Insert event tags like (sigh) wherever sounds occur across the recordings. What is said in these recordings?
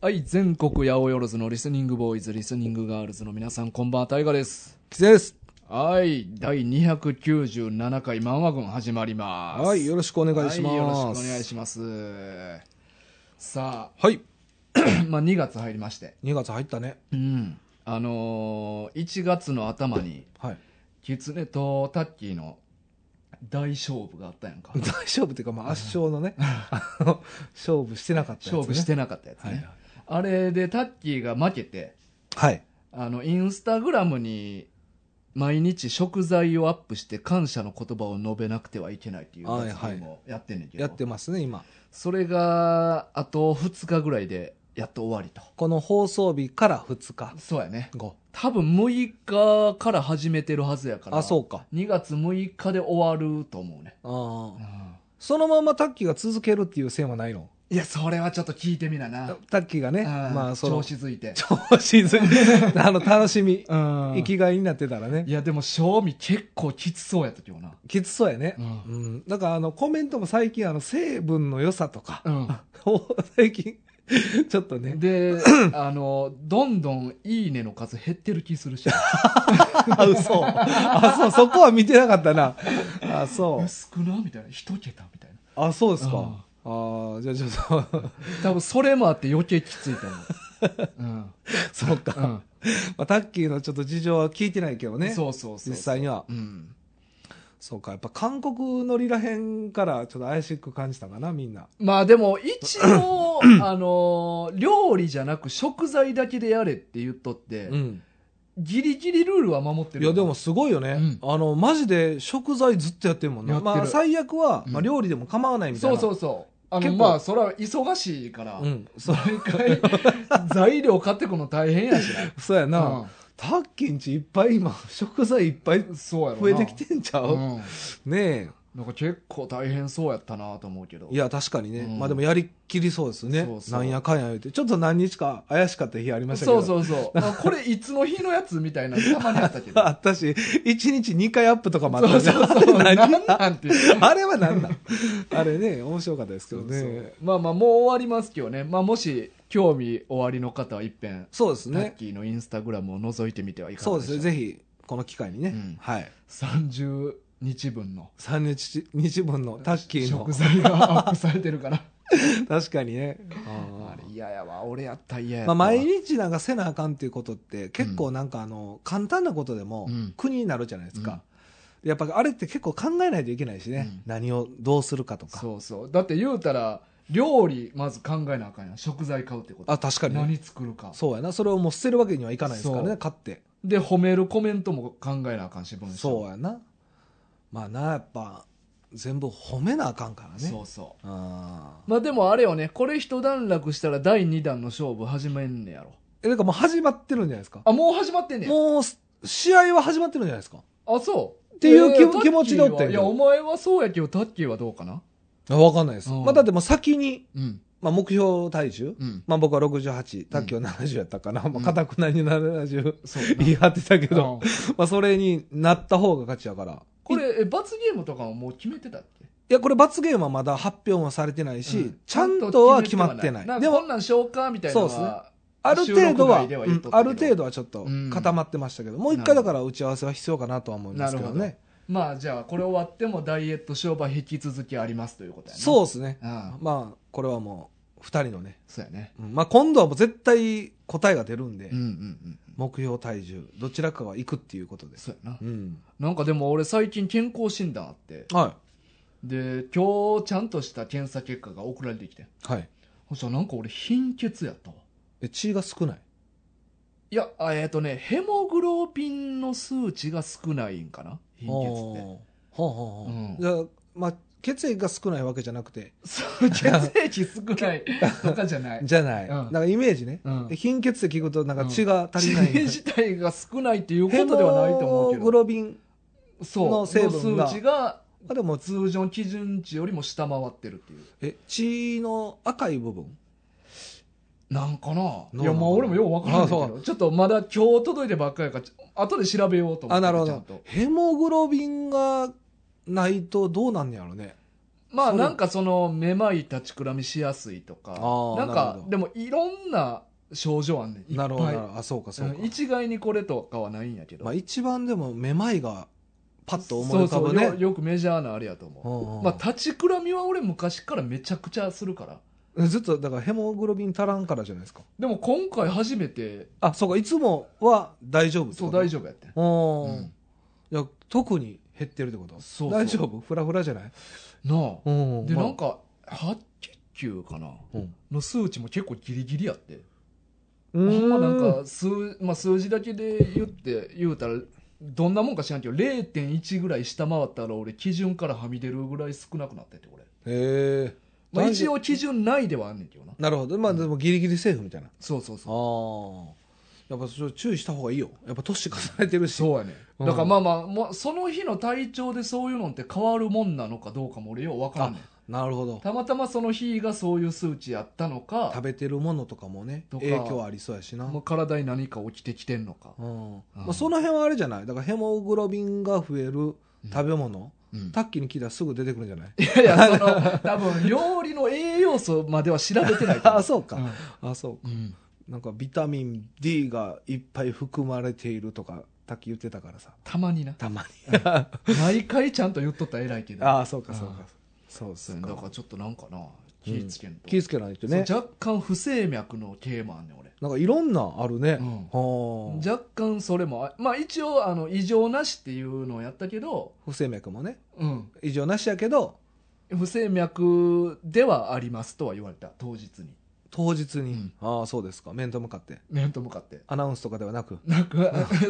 はい、全国八百万のリスニングボーイズ、リスニングガールズの皆さん、こんばんは、タイガです。キセです。はい、第297回漫画軍始まります。はい、よろしくお願いしまはす。いよろしくお願いします。さはい、あ、 (clears throat) まあ2月入りまして。 2月入ったね。うん。あのー、1月の頭に、はい。。キツネとタッキーの大勝負があったやんか (laughs) (laughs) 大丈夫っていうか、まあ、圧勝のね、 (laughs) あの勝負してなかったやつね勝負してなかったやつね。はい。あれでタッキーが負けて、はい。あの、インスタグラムに毎日食材をアップして感謝の言葉を述べなくてはいけないっていうはい活動もやってんねんけど、やってますね、今。それがあと2日ぐらいでやっと終わりと。この放送日から2日そうやね。後。多分6日から始めてるはずやから。あ、そうか。 2月6日で終わると思うね。ああ。そのままタッキーが続けるっていう線はないのいや、それはちょっと聞いてみなな。タッキーがね、うんまあ、そ調の、子づいて。調子ず (laughs) あの、楽しみ、うん生きがいになってたらねい。や、でも、賞味結構きつそうやった今日な。きつそうやね。うんうん。だから、あの、コメントも最近、あの、成分の良さとか、うん。 (laughs) 最近、ちょっ (laughs) とね、で、 (coughs) あの、どんどんいいねの数減ってる気するし、あ、嘘。 (laughs) あ、そう、そこは見てなかったな。(laughs) あ、そう。少なみたいな、一桁みたいな。あ、そうですか。あーじゃあちょっと、 (laughs) 多分それもあって余計きついと思う。そうか。うん。まあ、タッキーのちょっと事情は聞いてないけどうん。ね。そうそうそう。実際には。うん。そうか。やっぱ韓国のりらへんからちょっと怪しく感じたかな、みんな。まあでも、一 (coughs) 応、あの、料理じゃなく食材だけでやれって言っとって、うん。ギリギリルールは守っている。や、でも、すごいよね。うんあの、マジで食材ずっとやってるもんやっな。てるまあ、最悪は、うんまあ、料理でも構わないみたいそうな。そううそう。あの、結構まあ、それは忙しいから、ん。そ毎回、(laughs) 材料買ってくの大変やしそうやな。な、タッキーんちいっぱい今、食材いっぱいうんそうやろ増えなてきてんちゃう、うんねえ。なんか結構大変そうやったなと思うけど。いや、確かにね、うんまあでもやりきりそうですね。そうそうなんやかんや言うて。ちょっと何日か怪しかった日ありましたけそど。うそうそう。あこれいつの日のやつみたいなのたまにあった (laughs) けど。あったし、1日2回アップとかもあっそうたじゃんそうそう。何なんなんていう。 (laughs) あれは何なんあれね、面白かったですけどね。そそううそうまあまあもう終わりますけどね。まあもし興味おありの方は一遍、ですタッね。キーのインスタグラムを覗いてみてはいかそがうででしすょうか。ね。ぜひ、この機会にね。うんはい。 30日分の3日、日分のタッキーの食。材がアップされてる (laughs) から。確かにね。ああーれ嫌やわ。俺やったら嫌やっまたあ、わ。毎日なんかせなあかんっていうことって結構なんかあの簡単なことでもうん苦になるじゃないですか、やっぱあれって結構考えないといけないしね、うん何をどうするかとかそうそう。だって言うたら、料理まず考えなあかんやん。食材買うってこと。あ確かにね、何作るか。そうやなそれをもう捨てるわけにはいかないですからそねう買ってで、褒めるコメントも考えなあかんし、文章。そうやなまあなやっぱ全部褒めなあかんからねそうそう。あーまあでもあれよね、これ一段落したら第2弾の勝負始めんねやろ。えだからもう始まってるんじゃないですかあ、もう始まってんねや。もうす試合は始まってるんじゃないですかあ、そう。っていう気えー気持ちだったんやタッけキーはいや、どお前はそうやけど、タッキーはどうかなあわかんないです、うんまあ、だってもう先に、うん。まあ、目標体重うん。まあ僕は68、卓球70やったかな。まあ、かたくなに70、そうやな (laughs) 言い張ってたけど、うんまあそれになった方が勝ちやから。これ、え罰ゲームとかももう決めてたっけいや、これ罰ゲームはまだ発表もされてないし、うんちゃんとは決まってない。んかでこもん、なんしようかみたいなのそうですは。ある程度は、収録外ではう言っんとったあけどる程度はちょっと固まってましたけど、もう一回だから打ち合わせは必要かなとは思うんですけどなるね。まあじゃあ、これ終わってもダイエット商売引き続きありますということやな。。そううですね。うん。まあ、これはもう、二人のね。そうやね。うんまあ今度はもう絶対答えが出るんで、うんうんうん。目標体重、どちらかは行くっていうことです。そうやなう。ん。なんかでも俺最近健康診断あって。はで今日ちゃんとした検査結果が送られてきてい。はい。そしたらなんか俺貧血やったわえ、血が少ないいやあえっ、とねヘモグロビンの数値が少ないんかな貧血ってはあはあはあうんじゃあ、まあ、血液が少ないわけじゃなくてそう血液少ないとかじゃ (laughs) ないじゃない、うんなんかイメージね、うん貧血って聞くとなんかうん血が足血りない、自体が少ないっていうこヘとではないと思うモけグどロビンそうの成分がの数値があでも通常基準値よりも下回ってるっていうえ血の赤い部分なんかなないやまあ俺もようわからないけあそどちょっとまだ今日届いてばっかりやからちょ後で調べようと思ってあなるほちゃんどとヘモグロビンがないとどうなんねやろねまあそれなんかそのめまい立ちくらみしやすいとかあーなんなるかほどでもいろんな症状あんねんいっぱいなるほどなるほどあそうかそうか、うん一概にこれとかはないんやけど、まあ、一番でもめまいがパッと思い浮かぶそうねそうよよくメジャーなあれやと思うんう、うんまあ立ちくらみは俺昔からめちゃくちゃするからずっとだからヘモグロビン足らんからじゃないですかでも今回初めてあそうかいつもは大丈夫ってそこうと大丈夫やってんおーうんいや特に減ってるってことそうそう大丈夫フラフラじゃないなあうんでまあなんか8球かなうんの数値も結構ギリギリやってうほーんまなんか数,、まあ、数字だけで言って言うたらどんなもんか知らんけど0.1ぐらい下回ったら俺基準からはみ出るぐらい少なくなってて俺、へえまあ、一応基準内ではあんねんけどななるほどまあでもギリギリセーフみたいなそうそうあそうーやっぱそれ注意した方がいいよやっぱ年重ねてるしそうやねうんだからまあまあ、まあ、その日の体調でそういうのって変わるもんなのかどうかも俺よう分からんねんなるほどたまたまその日がそういう数値やったのか食べてるものとかもねとか影響ありそうやしなもう体に何か起きてきてんのか、うんうんまあ、その辺はあれじゃないだからヘモグロビンが増える食べ物、うんタッキーに聞いたらすぐ出てくるんじゃない (laughs) いやいやその多分料理の栄養素までは調べてないと思あそうか、あそううんうんなんかビタミン D がいっぱい含まれているとかさっき言ってたからさたまになたまに (laughs) 毎回ちゃんと言っとったら偉いけどああそうかそうあかそうっすそうやねだからかちょっとなんかな気ぃつけんと、気ぃつけないとねそう若干不整脈の系もあんねん俺なんかいろんなあるね、うんはあ若干それもあまあ一応あの異常なしっていうのをやったけど、不整脈もねうん、異常なしやけど不整脈ではありますとは言われた当日に当日に、うんああそうですか面と向かって面と向かってアナウンスとかではなくなんか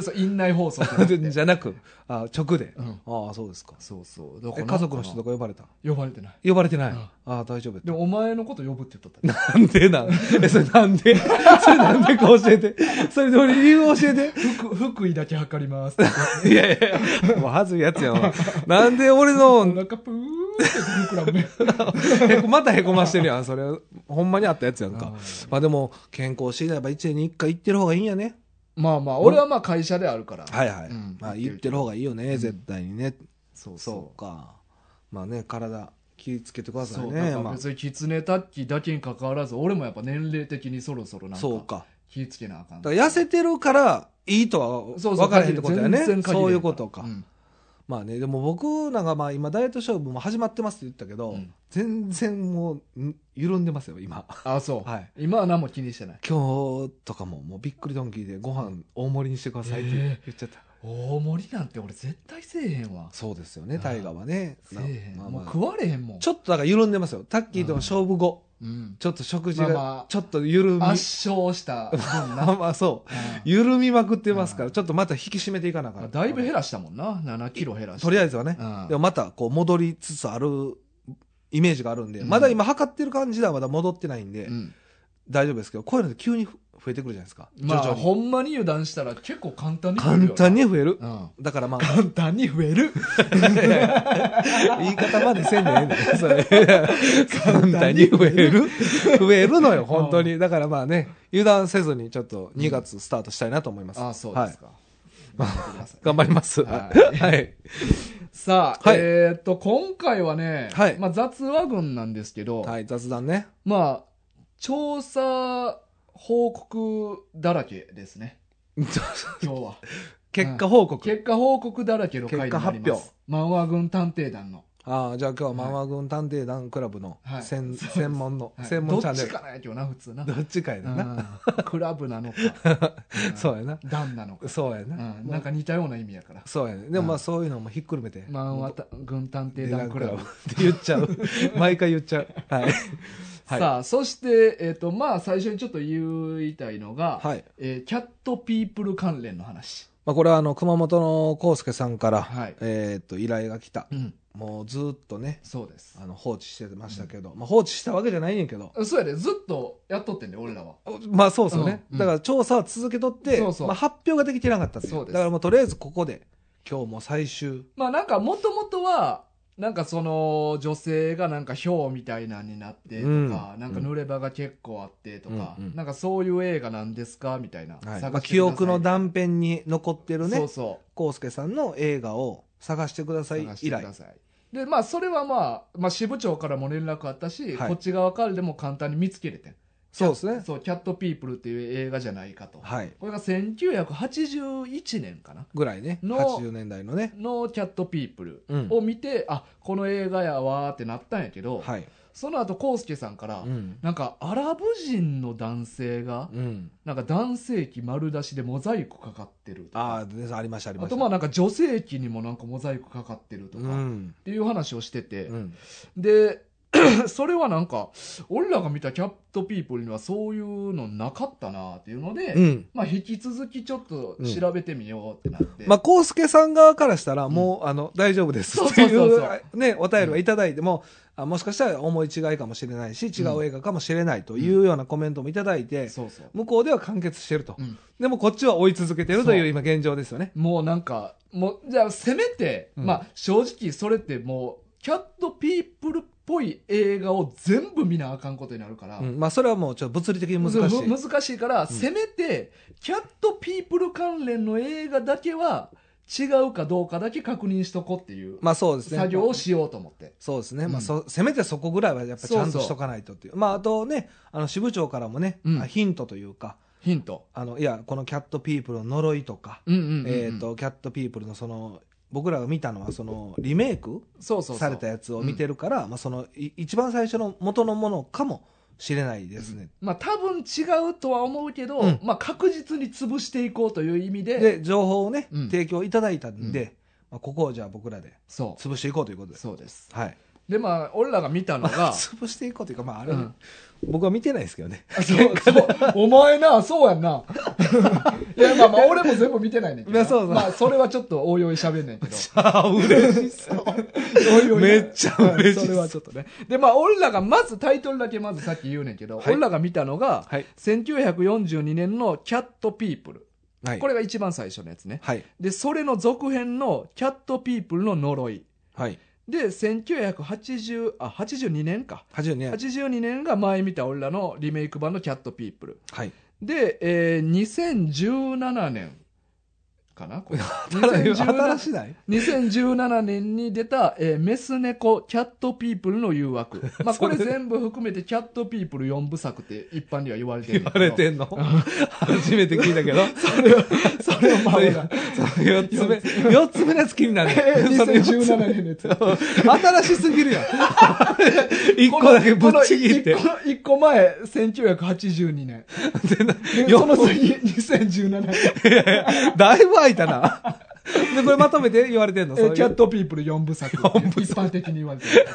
そう院内放 (laughs) 送じゃなくてじゃなくああ直で、うんああそうですかそうそうだえ家族の人とか呼ばれた呼ばれてない呼ばれてない、うんああ大丈夫やったでもお前のこと呼ぶって言っとったなんでなん (laughs) え、それなんでそれなんでか教えて。それで俺理由教えて。福福井だけ測ります (laughs) っていやいやいや、もう恥ずいやつやん。お前なんで俺おの、腹プーって膨らむねへこまたへこましてるやん。それ、ほんまにあったやつやんかうん。まあでも、健康診断やっぱ1年に1回行ってる方がいいんやね。まあまあ俺はまあ会社であるからはいはい。うんまあ行ってる方がいいよね、ん絶対にね。そうそうそか。まあね、体、気をつけてくだうさいそうだね。からま別に狐タッキーだけに関わらず俺もやっぱ年齢的にそろそろあ、なんそうかか。気ぃつけなあかんだから痩せてるから、いいとはそうそう分からへんってことやね全然。限れそへんういうことかう。んまあね、でも僕なんかまあ今ダイエット勝負も始まってますって言ったけど、うん全然もうん緩んでますよ今あそうはい今は何も気にしてない今日とかももうびっくりドンキーでご飯大盛りにしてくださいって言え言っちゃった、大盛りなんて俺絶対せえへんわそうですよね大河はねせなえへんまあもまうあ食われへんもんちょっとだから緩んでますよタッキーとの勝負後、うんちょっと食事まあまがあちょっと緩み、まあ圧勝 (laughs) した分なまあそう緩みまくってますからちょっとまた引き締めていかなあかまあらだいぶ減らしたもんな7キロ減らしたとりあえずはね、うんでもまたこう戻りつつあるイメージがあるんで、うんまだ今測ってる感じではまだ戻ってないんで、うん大丈夫ですけどこういうのって急に増えてくるじゃないですか徐まあ々に、ほんまに油断したら結構簡単に増える簡よな単に増える、うんだからまあ簡単に増える言い方までせんでええねんそれ簡単に増える増えるのよ本当にだからまあね油断せずにちょっと2月スタートしたいなと思います、あそうですか、はい、頑張りますははいい、はい (laughs) さあ、はいえーっと今回はね、はいまあ、雑話群なんですけど、はい雑談ねまあ調査報告だらけですね今日 (laughs) は結果報告、結果報告だらけの回になり結果ま発す漫画軍探偵団の、ああじゃあ今日はマンワ軍探偵団クラブのはい専,、そうです専門の、はい専門チどャっンネちルかな今日な普 (laughs) 通などっちかやねんな、うんクラブなのか、うん (laughs) そうやな団なのか、そうやな、うん、なんか似たような意味やからそうやね (laughs) でもまあそういうのもひっくるめて、漫画た軍探偵団クラブって言っち (laughs) ゃう毎回言っちゃうはいはいさあそして、えっとまあ、最初にちょっと言いたいのが、はいえーキャットピープル関連の話、まあ、これはあの熊本の康介さんから、はいえー、と依頼が来たうん、もうずーっとねそうですあの放置してましたけど、まあ、放置したわけじゃないねんけどそうやでずっとやっとってんね俺らはまあそうですよね、うんうんだから調査は続けとってそうそうまあ、発表ができてなかったっていそうですだからもうとりあえずここで今日も最終まあなんかもともとはなんかその女性がなんかヒョウみたいなんになってとか、うんなんか濡れ場が結構あってとか、うんうんなんかそういう映画なんですかみたいな、はい探まあ、してください記憶の断片に残ってるそねうそ康介さんの映画を探してくだうさい探し以てく来ださいでまあそれはまあ、まあ、支部長からも連絡あったし、はいこっち側からでも簡単に見つけれてんそうですね。そう「キャットピープル」っていう映画じゃないかと、はい。これが1981年かなぐらいね。の80年代のね。の「キャットピープルう」ん。を見て、あこの映画やわーってなったんやけど、はい。その後コウスケさんから、うん。なんかアラブ人の男性が、うん。なんか男性器丸出しでモザイクかかってるとかああ、でありました、ありまあしとた。まあなんか女性器にもなんかモザイクかかってるとうかっん。ていう話をしてて、うん。で (clears throat) それはなんか俺らが見たキャットピープルにはそういうのなかったなっていうので、うん。まあ引き続きちょっと調べてみようってなって、まあ、コウスケさん側からしたら、もう、あの、大丈夫ですそうってい、そうそうそうね、お便りはいただいても、あもしかしたら思い違いかもしれないし、違う映画かもしれないというようなコメントもいただいて、そうそう、向こうでは完結してると。うんでも、こっちは追い続けてるといそうう今現状ですよね。もうなんかもうじゃあせめて、うんまあ正直それってもうキャットピープルっぽい映画を全部見なあかんことになるから、うん。まあ、それはもうちょっと物理的に難しい。む難しいから、せめてキャットピープル関連の映画だけは違うかどうかだけ確認しとこうっていうまあ、そうですね。作業をしようと思って、そうですね、うんまあ、そせめてそこぐらいはやっぱちゃんとしとかないとっていうまあ、あとねあの支部長からもね、うんあヒントというかヒント、あのいやこの「キャットピープルの呪い」とか、うんうんうんうんえーと「キャットピープルのその僕らが見たのはそのリメイクそうそうそうされたやつを見てるからまあ、そのい一番最初の元のものかもしれないですね、まあ多分違うとは思うけど、うんまあ確実に潰していこうという意味でで情報をね、うん提供いただいたんで、まあ、ここをじゃあ僕らでそ潰していこうということうでそうですはい、でまあ俺らが見たの (laughs) が (laughs) 潰していこうというかまああれ、うん僕は見てないですけどねあそうそうお前なそうやんな (laughs) いやまあまあ俺も全部見てないねんけどまあそうそうまあそれはちょっとおいおい喋んねんけどあ (laughs) 嬉しそうおいおい (laughs) めっちゃ嬉しはいいそれはちょっとねでまあ俺らがまずタイトルだけまずさっき言うねんけど、はい俺らが見たのがはい。 1942年の「キャットピープルは」い。これ。れが一番最初のやつねはい。でそれの続編の「キャットピープルの呪いはい。」で1980あ82年か82年。 82年が前見た俺らのリメイク版の「キャットピープルはい。」で、えー2017年かなこれ (laughs) (laughs) 新し2017ない2017年に出た、えーメス猫キャットピープルの誘惑」 (laughs) まあそこれれ全部含めて「キャットピープル4部作」って一般には言われてる言われてんの (laughs) 初めて聞いたけ (laughs) ど。それをそれをまあ俺 (laughs) ら4つ目。4つ目のやつ気になる。えーその四つ2017年のやつ新しすぎ (laughs) るやん。1個だけぶっちぎってこ。の一個一個前、1982年。でよその次、2017年。いやいやだいぶ空いたな。で、これまとめて言われてんのえそういうキャットピープル4部作。一般的に言われてる。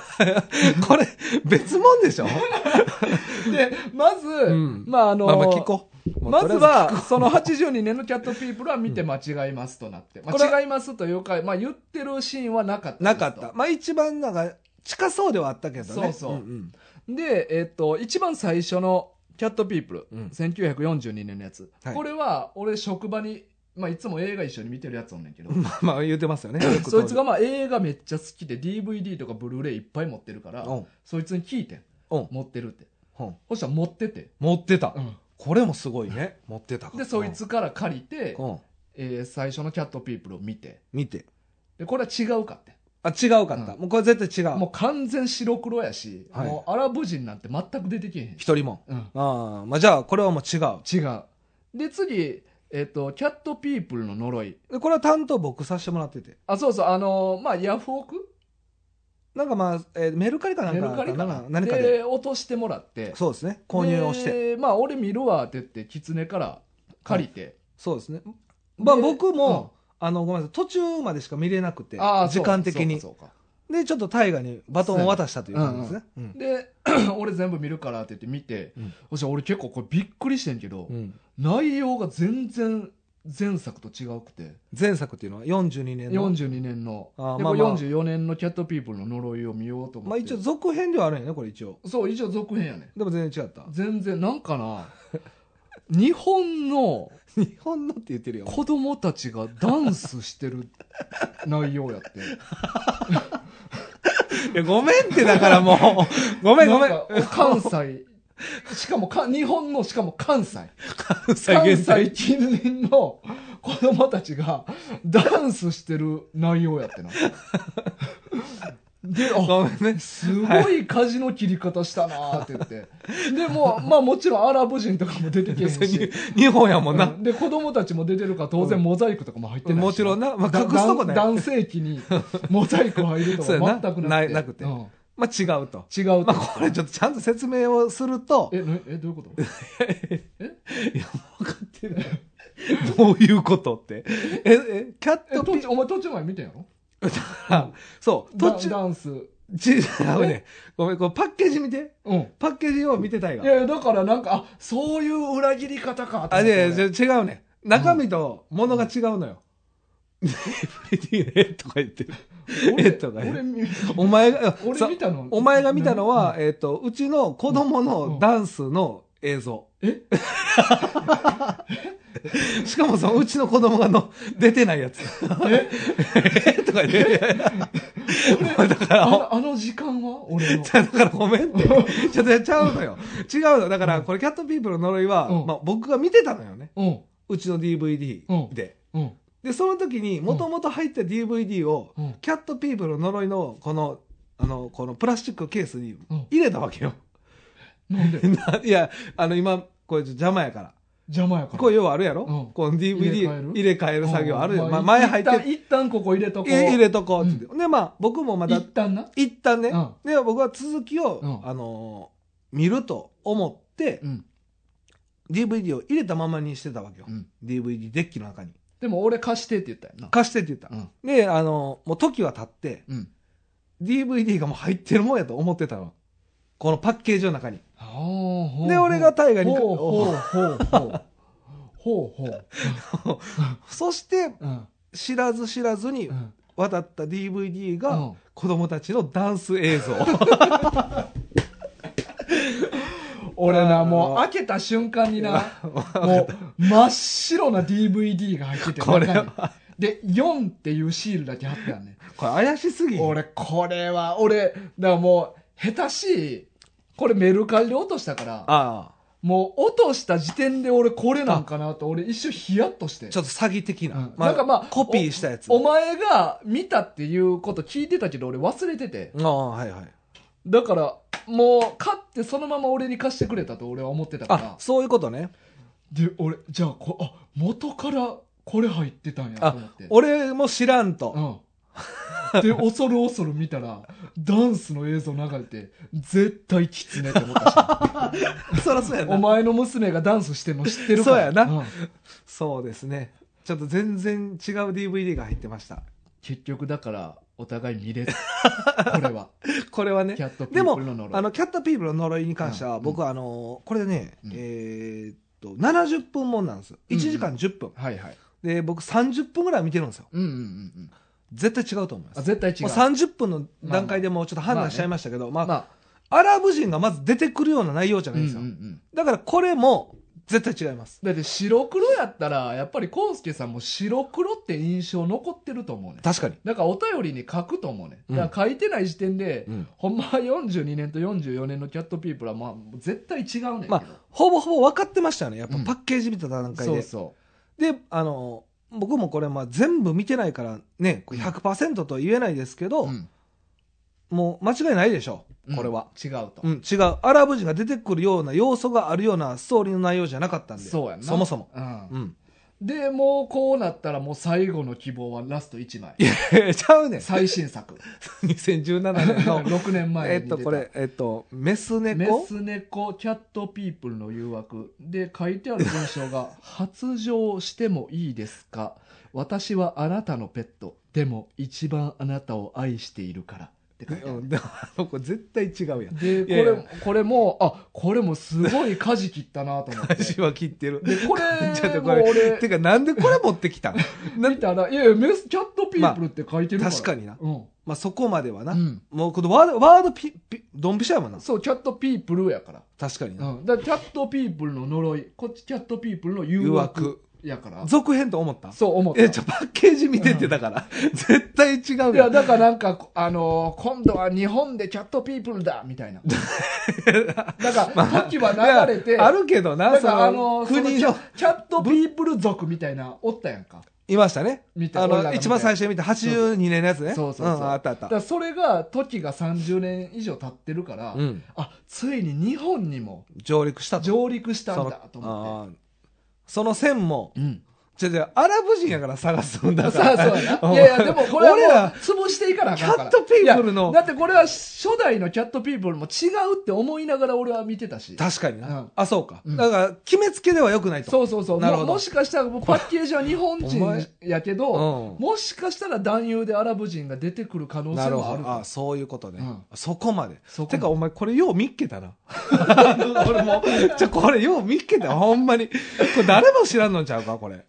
これ、別もん (laughs) でしょで、まず、んまああの、まあまあ聞こう。もうまとりずあえずは、その82年のキャットピープルは見て間違いますとなって。これ間違いますというか、まあ言ってるシーンはなかったですと。なかった。まあ一番なんか近そうではあったけどね。そうそうんん (laughs) で、えっと、一番最初のキャットピープル、うん1942年のやつ。はいこれは、俺職場に、まあいつも映画一緒に見てるやつおんねんけど、まあまあ言うてますよ (laughs) ね。そいつがまあ映画めっちゃ好きで DVD とかブルーレイいっぱい持ってるから、うん、そいつに聞いてんうん、持ってるってうん。そしたら持ってて、持ってた。これもすごいね。持ってたからでそいつから借りて、うんうんえー最初の「キャットピープル」を見て見て。でこれは違うかってあ、違うかった。うんもうこれ絶対違う。もう完全白黒やし、はいもうアラブ人なんて全く出てけえへん、一人も。うん、ああ、まあじゃあこれはもう違う。違うで次、えっと「キャットピープルの呪いでこれは担当僕させてもらってて。」あそうそうあのーまあヤフオクなんかまあ、えーメルカリかなんメかルカリかななん何かで。落としてもらってそうですね。購入をして。でまあ俺見るわって言って狐から借りて、そうですね。まあで僕も、あの、ごめんなさい。途中までしか見れなくて、あーそ時うか間的に。そうかそうかで、ちょっと大河にバトンを渡したという感じですね。うんで (clears throat) 俺全部見るからって言って見て、うんそしたら俺結構これびっくりしてんけど、うん内容が全然前作と違うくて前作っていうのは42年の。 42年のあーでまあこれまあ44年の「キャットピープルの呪い」を見ようと思まあって、一応続編ではあるんやね、これ一応。そう一応続編やねでも全 (laughs) 然違った。全然なんかな (laughs) 日本の日本のって言ってるよ。子供たちがダンスして (laughs) る内容やっていやごめんって、だからもう。ごめんごめん。なんか関西しかもか日本のしかも関西関関限定西 (laughs) 近隣の子供たちがダンスしてる内容やってな。で、あ、ごめんね。すごい舵の切り方したなって言 (laughs) って。で、もう、まあもちろんアラブ人とかも出てきてるし。日本 (laughs) やもんなう。んで、子供たちも出てるから当然モザイクとかも入ってないし。もちろんな。まあ、隠すとこね。だ男性器にモザイク入るとそうやかな全くなくて。ないなくてうんまあ、違うと。違うと。まあ、これちょっとちゃんと説明をすると、え、なえ、どういうこといや、分かってない。どういうことって。え、え、キャ (laughs) ッえ、ト途ピ中、お前途中まで見たんやろあそう、ダ途中、ダンス。ち、あね、ごめん、こうパッケージ見て。うん。パッケージを見てたいいが。やいや、だからなんか、あ、そういう裏切り方かと思って。あ、で、俺じゃ違うね。中身と物が違うのよ。 (laughs) エブリディね、とか言ってる。えとかね俺、俺 (laughs) 見お前が、俺さ見たのお前が見たのは、えっと、うちの子供のダンスの映像。え (laughs) しかもそのうちの子供がの出てないやつ。ええとか言って。 (laughs) だから、あのあの時間は (laughs) 俺の。だからごめんって。ちょっとやっちゃうのよ。違うの。だから、これ、キャットピープルの呪いは、うんまあ、僕が見てたのよね。うん。うちの DVD うんで。うん。で、その時に、もともと入った DVD を、うんキャットピープルの呪いの、この、あの、このプラスチックケースにうん入れたわけよ。なんで (laughs) ないや、あの、今、これ邪魔やから。邪魔やから。こう、要はあるやろ、うんこの DVD 入れ替える入れ替える作業あるよ。うんまあ、前入っ一旦て、一旦ここ入れとこう。え入れとこうって言って、うで、まあ、僕もまだ一旦な。一旦ね、うんで僕は続きを、うんあのー見ると思って、うん。 DVD を入れたままにしてたわけよ、うん DVD デッキの中にでも俺貸してって言ったよな。貸してって言った、うんで、あのーもう時は経ってうん。 DVD がもう入ってるもんやと思ってたのこのパッケージの中にあーほうで俺が大ほう河にほうほうほう。ほうほう。そしてうん。知らず知らずにうん渡った DVD うがん子供たちのダンス (laughs) 映像俺な、あもーう開けた瞬間にな、もう真っ白な DVD が入ってて、これ中にはで、4っていうシールだけ貼ってあんねん。これ怪しすぎひん俺、これは、俺、だからもう、下手しい、これメルカリで落としたから、あもう落とした時点で俺これなんかなと、俺一瞬ヒヤッとしてあち。ょっと詐欺的な、うんまあ、なんかまあコピーしたやつお前が見たっていうこと聞いてたけど俺忘れてて。ああはいはいだから、もう、買ってそのまま俺に貸してくれたと俺は思ってたかあら。そういうことねで、俺、じゃあこ、あ、元からこれ入ってたんやと思あって。俺も知らんと、うん。で、恐る恐る見たら、ダンスの映像流れて、絶対キツネって思ったし。そら (laughs) そうやおな前の娘がダンスしてんの知ってるから。そうやなんそうですねちょっと全然違う DVD が入ってました結局だから、お互い見 (laughs) れず。これは。これはキねャットピでーもプルの呪い。あのキャットピープルの呪いに関してうはん僕はあのこれね、うんえーっと70分もんなんです1時間10分、はいはい。で僕30分ぐらい見てるんですようんうんうんうん。絶対違うと思いまあ、す絶対違もう。う30分の段階でもうちょっと判断しちゃいましたけど、まあまあ、アラブ人がまず出てくるような内容じゃうなんいうんんですうよ、ん。だからこれも絶対違いますだって白黒やったら、やっぱりコウスケさんも白黒って印象残ってると思うね。確かに、だからお便りに書くと思うね。うんだから書いてない時点で、ほんまは42年と44年のキャットピープルは、まあ、絶対違うねんけど。まあほぼほぼ分かってましたよねやっぱうんパッケージ見た段階で、そうそであの僕もこれまあ全部見てないからねこれ100%とは言えないですけど、う。うんもう間違いないでしょうこれは、。うん違うとうん。違うアラブ人が出てくるような要素があるようなストーリーの内容じゃなかったんでそうやんな。もそも、うんうん、 (laughs) でもうこうなったらもう最後の希望はラスト1枚いやちゃう (laughs) ねん最新作2017年の6年 (laughs) 前にえ出ったとこれえっとメス「メ猫ス猫キャットピープルの誘惑」で書いてある文章が (laughs) 「発情してもいいですか私はあなたのペットでも一番あなたを愛しているから」って書いてあうるんでも (laughs) あの子絶対違うやんでこいやいやれこれもあこれもすごい舵切ったなと思って足は切ってるでこ (laughs) ちょれっともこれ俺てかなんでこれ持ってきたんな見た (laughs) ら「いやいやメスキャットピープル」って書いてるから、確かにな、うんまあ、そこまではな、うんもうこのワードワードピピドンピシャやもんなそうキャットピープルやから確かにな、うん、だからキャットピープルの呪いこっちキャットピープルの誘誘惑惑やから続編と思ったそう思ったえちょパッケージ見てってだから、絶対違ういややんだからなんか、こあのー今度は日本でキャットピープルだみたい (laughs) ななんか時は流れいてやあるけどななんそのかあのーその国キャのキャットピープル族みたいなおったやんかいましたね見てあ俺らがの見て一番最初に見た82年のやつねそうそうそうんあったあだっかたらそれが時が30年以上経ってるから、うんあついに日本にも上陸したと上陸したんだとそ思っのあーその線もてうんじゃじゃアラブ人やから探すんだかさあらそう (laughs) やないやいやでもこれはも俺らう潰していかなあキかんャからットピープルのだってこれは初代のキャットピープルも違うって思いながら俺は見てたし確かにな、うんあそうか、うんだから決めつけではよくないとそうそうそうなるほもどもしかしたらもうパッケージは日本お前人やけどうもしかしたら男優でアラブ人が出てくる可能ん、性なるもあほるどあそういうことね、うんそこまでそこてかお前これよう見っけたな俺もちょこれよう見っけたほんまにこれ誰も知らんのちゃうかこれ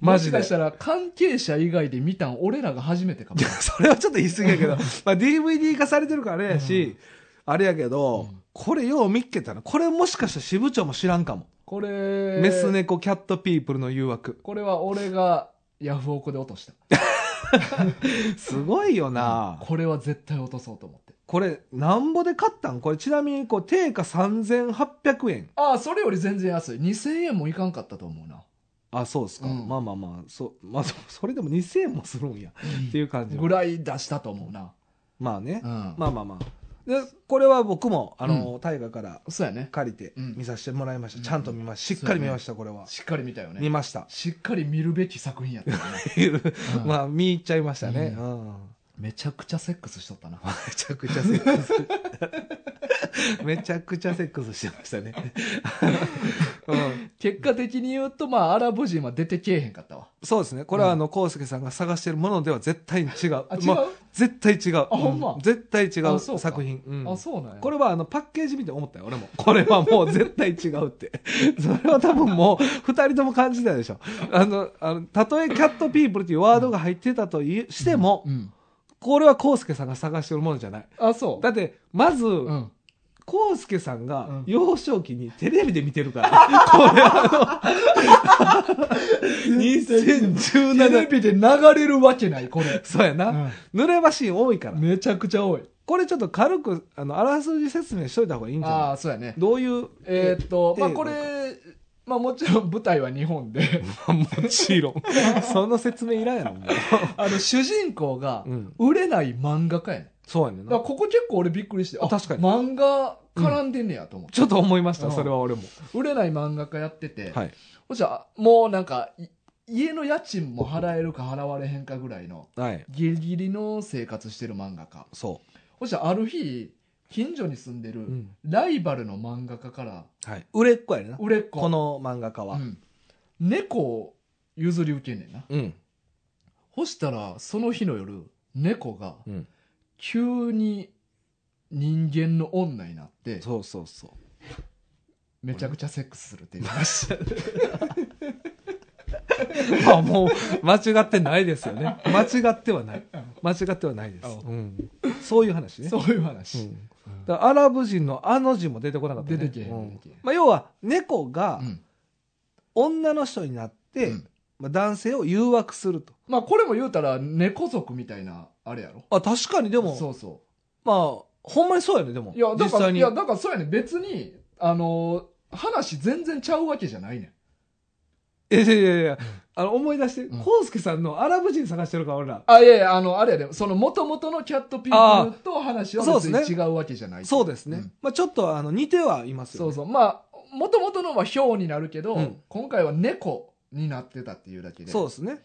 マもジしでかしたら関係者以外で見たん俺らが初めてかもいやそれはちょっと言い過ぎやけど、まあ、DVD 化されてるからあれやし、あれやけど、うんこれよう見っけたなこれもしかしたら支部長も知らんかも、これメス猫キャットピープルの誘惑これは俺がヤフオクで落としたすごいよな、これは絶対落とそうと思ってこれなんぼで買ったんこれちなみにこう定価3800円ああそれより全然安い2000円もいかんかったと思うなあそうですか、うんまあまあまあそ,、まあ、そそれでも2000円もするんやっていう感じのぐらい出したと思うなまあね、うんまあまあまあでこれは僕もあの、大河からそうやね借りてうん見させてもらいました、うんちゃんと見ましたしっかり見ましたこれは、しっかり見たよ見ねましたしっかり見るべき作品やったよね (laughs) うんまあ見入っちゃいましたね、ううんめちゃくちゃセックスしとったなめちゃくちゃセックスめちゃくちゃセックスしてまし (laughs) たね、うん、結果的に言うとまあアラブ人は出てけえへんかったわそうですねこれはうんあの浩介さんが探してるものでは絶対に違うあ違う、まあ絶対違うあほんまう絶対違あうそうか作品うんあそうなんやこれはあのパッケージ見て思ったよ、俺も。これはもう絶対違うって。 (laughs) それは多分もう二人とも感じたでしょ。あの、あの、たとえキャットピープルっていうワードが入ってたといしても、うんこれはコウスケさんが探してるものじゃない。あそうだって、まず、うんコウスケさんうがん幼少期にテレビで見てるから。これあ (laughs) の、テ2017レビで流れるわけないこれ、そうやな。濡れ場シーン多いから。めちゃくちゃ多いこれちょっと軽く、あの、あらすじ説明しといた方がいいんじゃあなあそうやねいどういう、え (laughs) ーっと、まあえーこれ、まあもちろん舞台は日本で、もちろん。その説明いらんやろ、もうあの主人公がうん売れない漫画家やねん。そうやねんだからな。ここ結構俺びっくりして、あ確かに漫画絡んでんねやと思って、ちょっと思いましうた、んそれは俺も。売れない漫画家やってて、はい。そしたらもうなんか、い家の家賃も払えるか払われへんかぐらいの、はい。ギリギリの生活してる漫画家。そそしたらある日、近所に住んでう。るうん。ライバルの漫画家から、はい。売れっ子やねんな。売れっ子、この漫画家うは。ん猫を譲り受けんねんな。うん。そしたら、その日の夜、猫がうん。急に人間の女になって、そうそう (laughs) そう。めちゃくちゃセックスするっていう話。まあもう、間違ってないですよね。間違ってはない。間違ってはないです。ううん。そういう話ね。 (laughs) そういうう話。ん。だからアラブ人のあの字も出てこなかったね。出てけへんうん出てけへんまあ要は、猫がうん女の人になって、うんまあ男性を誘惑すると。まあこれも言うたら猫族みたいなあれやろあ、確かにでも、そうそまあ、ほんまにそうやね、でも。ういやだ実から際いに。やだからそうやねん別にあのー話全然ちゃうわけじゃないねんえいやいやいや、あの、思い出して、うんコウスケさんのアラブ人探してるから、俺ら。あいやいやあのあれやでその元々のキャットピープルと話は別そうですに違ねうわけじゃないそうですね。んまあ、ちょっと、あの、似てはいますそよ、うね。そうまあ元々のはヒョウになるけど、うん今回は猫になってたっていうだけでそうですね。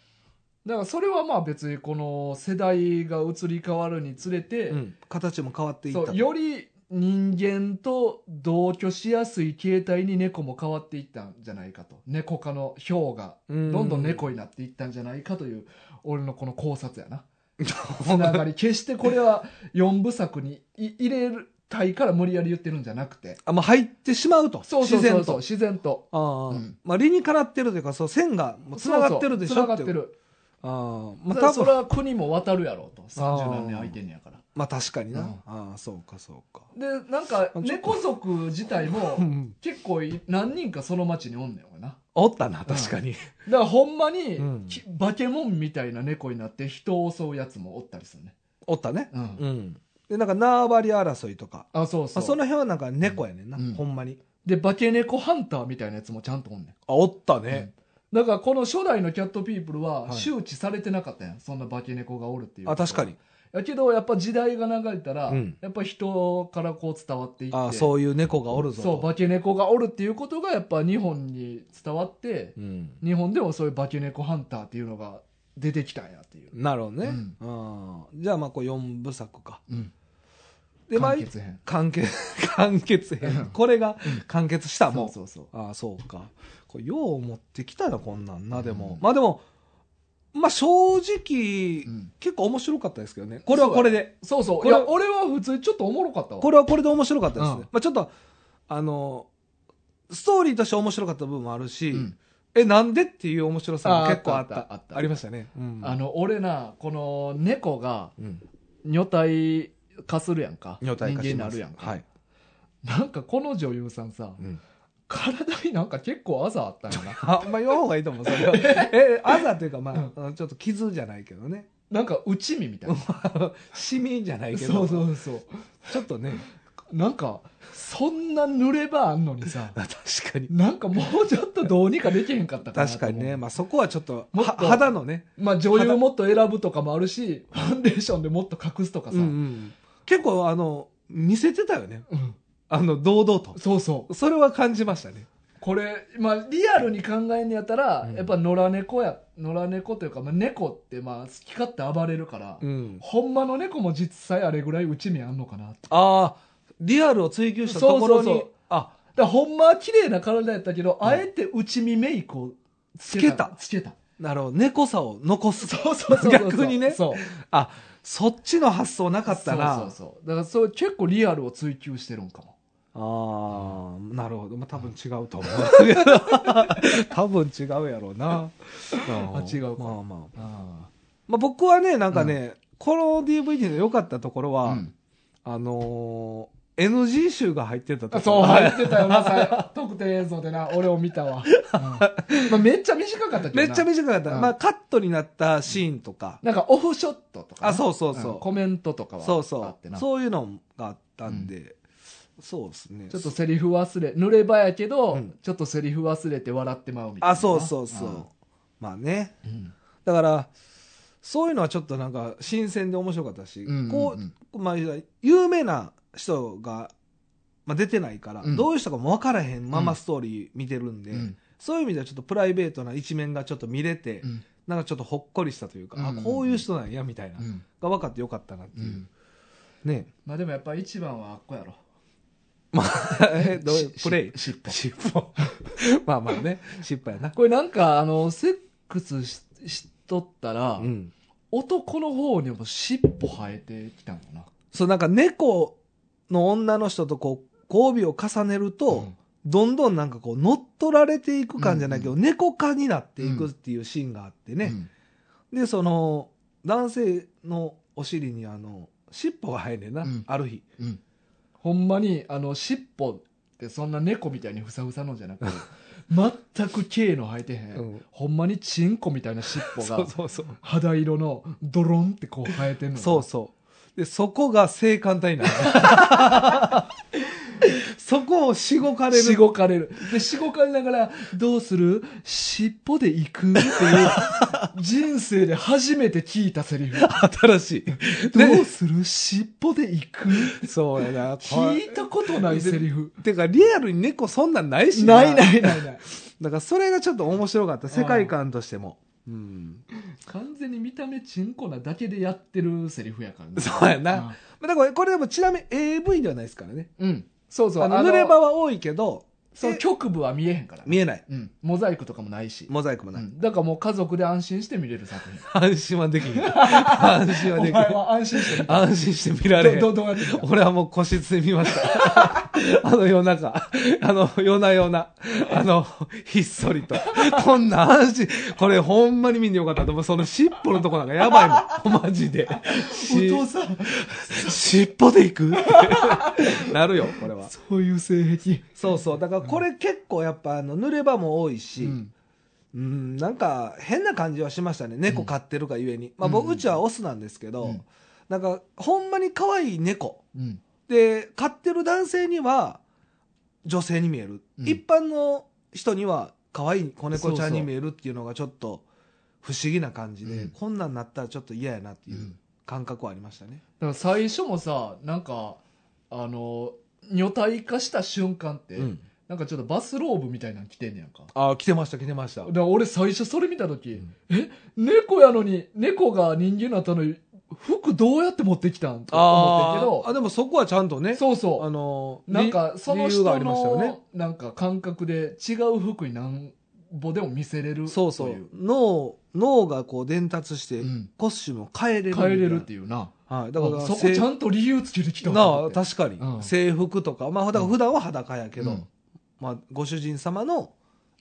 だからそれはまあ別にこの世代が移り変わるにつれて、うん。形も変わっていったそう。より人間と同居しやすい形態に猫も変わっていったんじゃないかと猫科のヒョウがどどんどんに。猫になっていったんじゃないかという俺のこの考察やなつ (laughs) (laughs) ほんなまがり決してこれは4部作にい入れたいから無理やり言ってるんじゃなくてあ、まあ、入ってしまうと。そうそうそう自然そうと。自然とああ、うんまあ、理にかなってるというか、そう、線がもう繋がってるでしょそうっそうてい繋がうってる、ああ、ままあ、多それ分、は国も渡るやろうと30何年空いてんねやからまあ、確かにな。うんああ、そうか、そうか。でなんかと猫族自体うもん。結構い何人かその町におんねんわなおったな、確かに。だからほんまに、うんきバケモンみたいな猫になって人を襲うやつもおったりするね、おったね。うんうん。で、なんか、縄張り争いとか。あそうまそあ、うその辺はなんか猫やねんな、うんほんまに。でバケ猫ハンターみたいなやつもちゃんとおんねんあ、おったね。だからこの初代のキャットピープルははい周知されてなかったやん、そんな化け猫がおるっていうあ、確かにに。やけどやっぱ時代が流れたら、うんやっぱ人からこう伝わっていってあそういう猫がおるぞそうと。化け猫がおるっていうことがやっぱ日本に伝わって、うん。日本でもそういう化け猫ハンターっていうのが出てきたんやっていう、なるほどね。うん。じゃあ、まあ、こう、4部作か。うん、で、まあ完、結編完結、 (laughs) 完結うん編。これが完結した、もう。そうそうそうああ、そうか。これよう持ってきたな、こんなんな、でも。うんまあ、でも、まあ、正直、うん結構面白かったですけどね。これはこれで。そうそういこれや俺は普通にちょっとおもろかったわこれはこれで面白かったですね。うんまあちょっと、あの、ストーリーとして面白かった部分もあるし、うんえ、なんでっていう面白さも結構あった。あああったあったあったりましたね。うんあの俺なこの猫がうん女体化するやんか女体化し人間にまなするやんか、はい。なんかこの女優さんさうん体になんか結構あざあったんや (laughs) なあんま言わん方がいいと思う、それ (laughs) は。え、あざというか、まあ、ちょっと傷じゃないけ (laughs) どね。なんか内身みたいなシミじゃないけど、そうそうそうちょっと (laughs) ね、なんかそんな濡れ場あんのにさ確かに。なんかもうちょっとどうにかできへんかったかな確かにと思ね、うまあそこはちょっと、もはっと肌のね、まあ女優もっと選ぶとかもあるしファンデーションでもっと隠すとかさ、うんうん結構、あの、見せてたよね。うんあの、堂々と。そうそうそれは感じましたね。これ、まあ、リアルに考えんのやったら、うんやっぱ野良猫や野良猫というか、まあ、猫ってまあ好き勝手暴れるから、うん。ほんまの猫も実際あれぐらい内身あんのかなってああ、リアルを追求したところに、そうそうそうあ、だからほんまは綺麗な体やったけど、うんあえて内身メイクをつつけたなるほど、猫さを残す。そうそうそうそう (laughs) 逆にねそうあ、そっちの発想なかったな。そうそうそうだからそれ結構リアルを追求してるんかもああ、なるほど。まあ、多分違 (laughs) うと思う。多分違うやろうな。あ違うかまあまあ。あまあ、僕はね、なんかね、この DVD の良かったところあ、は、うん、あのー NG 集が入ってたとこそうろ。入ってたよなさ特典映像でな俺を見たわ、うんまあ、めっちゃ短かったけどめなっちゃ短かった。うんまあ、カットになったシーンとか、なんかオフショットとかな、あそうそうそうんコメントとかはそうあそってう。なそういうのがあったんで、そうですね。ちょっとセリフ忘れ濡れ場やけど、うんちょっとセリフ忘れて笑ってまうみたいなあ、そうそうそう。まあね。うんだから、そういうのはちょっとなんか新鮮で面白かったし、うんこうんう、まあ、有名な人が、まあ、出てないから、うんどういう人かも分からへんまうまんストーリー見てるんで、うんそういう意味ではちょっとプライベートな一面がちょっと見れて、うんなんかちょっとほっこりしたというか、うんあこういう人なんやみたいな、うんが分かってよかったなってういう、んね (laughs) まあでもやっぱ一番はあっこやろえどういうしプレイし尻尾尻尾 (laughs) まあまあね失敗やな、これなんかあのセックスししとったら、うん、男の方にも尻尾生えてきたのかなそうなんか猫の女の人とこう交尾を重ねると、うんどんどんなんかこう乗っ取られていく感じゃないけど、猫化になっていくっていうシーンがあってね、でその男性のお尻にあの尻尾が生えんねんな、うんある日うんうんほんまにあの尻尾ってそんな猫みたいにふさふさのじゃなくて全く毛の生えてへん、うんほんまにチンコみたいな尻尾そがうそうそう肌色のドロンってこう生えてんのそうそうでそこが性感帯になる (laughs) そこをしごかれるしごかれるでしごかれながら「どうする尻尾で行く?」っていう人生で初めて聞いたセリフ新し「い、ねどうする尻尾で行く?」そうやなこ聞いたことないセリフれてかリアルに猫そんなんないしないないないないだからそれがちょっと面白かった世界観としてもうん完全に見た目チンコなだけでやってるセリフやからねそうやな、まあだからこれでもちなみに AV ではないですからね。うんそうそうあのあの濡れ場は多いけど、そうえ局部は見えへんから、見えない。うん、モザイクとかもないし、モザイクもうない。ん、だからもう家族で安心して見れる作品安心はできん。 (laughs) 安心はおでき前ん。は安心して見安心して見られたへどん。どどうやって見た (laughs) 俺はもう個室で見ました。 (laughs) あの夜中。あの夜な夜な。あの、ひっそりと。こんな安心。これほんまに見んでよかったと思う。その尻尾のとこなんかやばいの。マジで。しお父さん尻尾で行く (laughs) ってなるよ、これは。そういう性癖そうそう。だからこれ結構やっぱあの濡れ場も多いし、うんうん、なんか変な感じはしましたね猫飼ってるがゆえに、まあ、うん僕うちはオスなんですけど、うんなんかほんまに可愛い猫うんで飼ってる男性には女性に見える、うん一般の人には可愛い子猫ちゃんそうそにう見えるっていうのがちょっと不思議な感じで、うんこんなんなったらちょっと嫌やなっていううん感覚はありましたね。だから最初もさなんかあの女体化した瞬間って、うんなんかちょっとバスローブみたいなの着てんねやんかああ、来てました、来てましただ。から俺最初それ見た時、んえ猫やのに猫が人間になったのに服どうやって持ってきたんとかあ思ってあ、んけでもそこはちゃんとどね、そうそうあのーなんかその理由人がありましたよねのなんか感覚で違う服になんぼでも見せれるそうそという脳脳がこう伝達して、うんコスチュームを変えれるみた変いえなれるっていうなはい、だからあそこせいちゃんと理由つけてきたなあわ確かに、うん制服とかまあだから普段は裸やけど、うんまあ、ご主人様の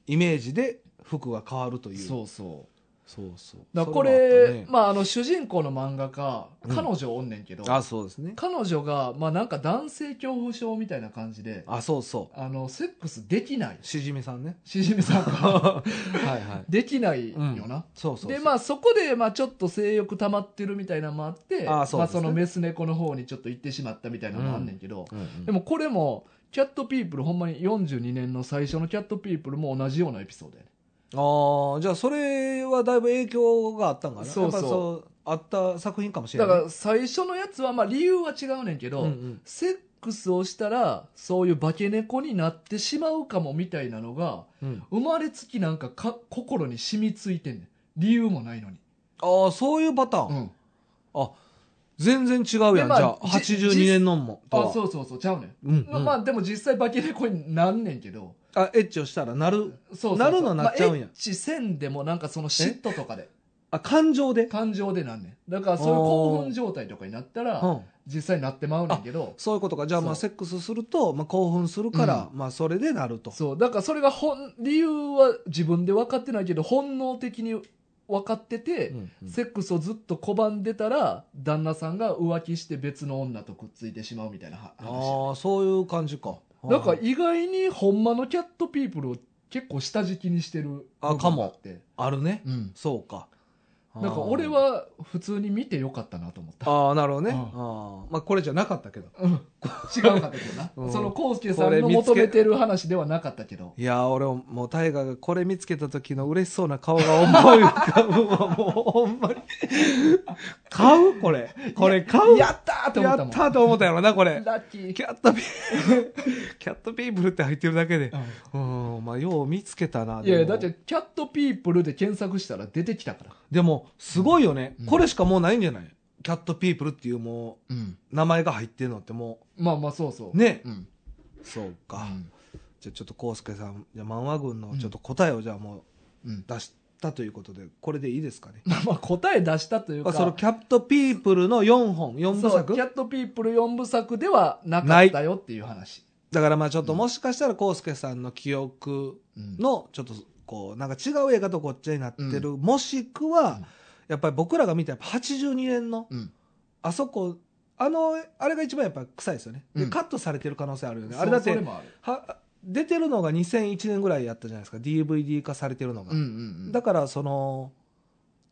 イメージで服が変わるというそうそうそうそうだからこそもあっれたねまああの主人公の漫画家うん彼女おんねんけど、あそうですね彼女がまあなんか男性恐怖症みたいな感じであそうそあのセックスできないうしじみさ (laughs) んねしじみさん (laughs) がはいはいできないようんな、そうそうそうでまあそこで、まあ、ちょっと性欲溜まってるみたいなのもあってあーそうまあ、ですねそのメス猫の方にちょっと行ってしまったみたいなのもあんねんけど、うんうんでもこれもキャットピープルほんまに42年の最初のキャットピープルも同じようなエピソードやねああじゃあそれはだいぶ影響があったんかなそうそうやっぱそうあった作品かもしれだないから最初のやつは、まあ、理由は違うねんけど、うんうんセックスをしたらそういう化け猫になってしまうかもみたいなのがうん生まれつきなんかか心に染みついてんねん理由もないのに、ああそういうパターン、うん、全然違うでやん、まあじゃあじ82年のんもとはあそうそうそうちゃうねんうんうんまあでも実際化け猫になんねんけどあエッチをしたらなるそうそうそうなるのなっちゃうんやまあエッチせんでもなんかその嫉妬とかであ感情で、感情でなんねんだからそういう興奮状態とかになったうらん実際なってまうねんけどそういうことかじゃあまあそセックスすると、まあ、興奮するから、まあ、それでなるとそうだからそれが本理由は自分で分かってないけど本能的に分かってて、うんうんセックスをずっと拒んでたら旦那さんが浮気して別の女とくっついてしまうみたいなは話ああそういう感じかなんかあ意外にほんまのキャットピープルを結構下敷きにしてるあ部かも分があってあるねうんそうかなんか俺は普通に見てよかったなと思った。ああなるほどね、うんああまあ、これじゃなかったけどうん、 (laughs) 違うかったけどな。うんそのコウスケさこれん見のつけ求めてる話ではなかったけど。いやー俺もう大河がこれ見つけた時の嬉しそうな顔が思い浮かぶわ (laughs) もうほんまに買うこれこれ買うやったーと思ったもやん。ったと思ったやろなこれラッキー。キャットピーキャットピープルって入ってるだけでううんまあよう見つけたなんいやいでや、もだってキャットピープルで検索したら出てきたから。でもすごいよね、うんこれしかもうないんじゃないキャットピープルっていうもうん。う名前が入ってるのってもまあまあそうそう。う。ねうん。そううか、んじゃあちょっとコウスケさんじゃあ漫画軍のちょっと答えをじゃあもううん。出したということでこれでいいですかねまあまあ答え出したというまか。あそのキャットピープルの4本4部そう作キャットピープル4部作ではなかったよっていう話。だからまあちょっともしかしたらコウスケさんの記憶うんのちょっとこうなんか違う映画とこっちゃになってる、もしくうはんやっぱり僕らが見たやっぱ82年のうんあそこあのあれが一番やっぱ臭いですよね、でうんカットされてる可能性あるよねそうあれだっそてれもある。は出てるのが2001年ぐらいやったじゃないですか DVD 化されてるのが、うんうんうん。だからその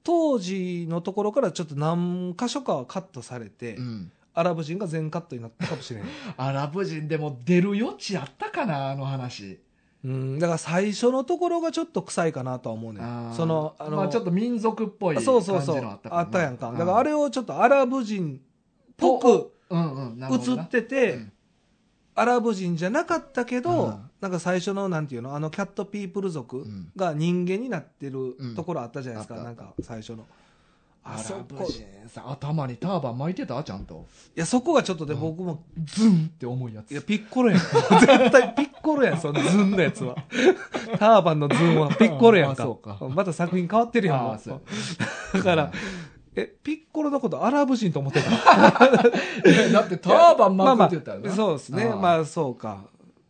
当時のところからちょっと何箇所かはカットされて、うんアラブ人が全カットになったかもしれ (laughs) ないアラブ人でも出る余地あったかな、あの話。うんだから最初のところがちょっと臭いかなとは思うねあーそのあの、まあ、ちょっと民族っぽい感じそうそうそうのあったかあなったやんかだからあれをちょっとアラブ人っぽおくうんうんなるほど映なってて、うんアラブ人じゃなかったけど、うんなんか最初のなんていうのあのキャットピープル族うんが人間になってるうんところあったじゃないですか、あったなあんったか最初の。アあそラブこい人さ頭にターバン巻いてたちゃんとやそこがちょっとで、うん僕もズンって重いやついやピッコロやん (laughs) 絶対ピッコロやんそのズンのやつはターバンのズンはピッコロやんかあそうかまた作品変わってるやんあもーそううだからえピッコロのことアラブ人と思ってたや (laughs) だってターバンまあま巻くあって言ったよな、そうですねあーまあそうか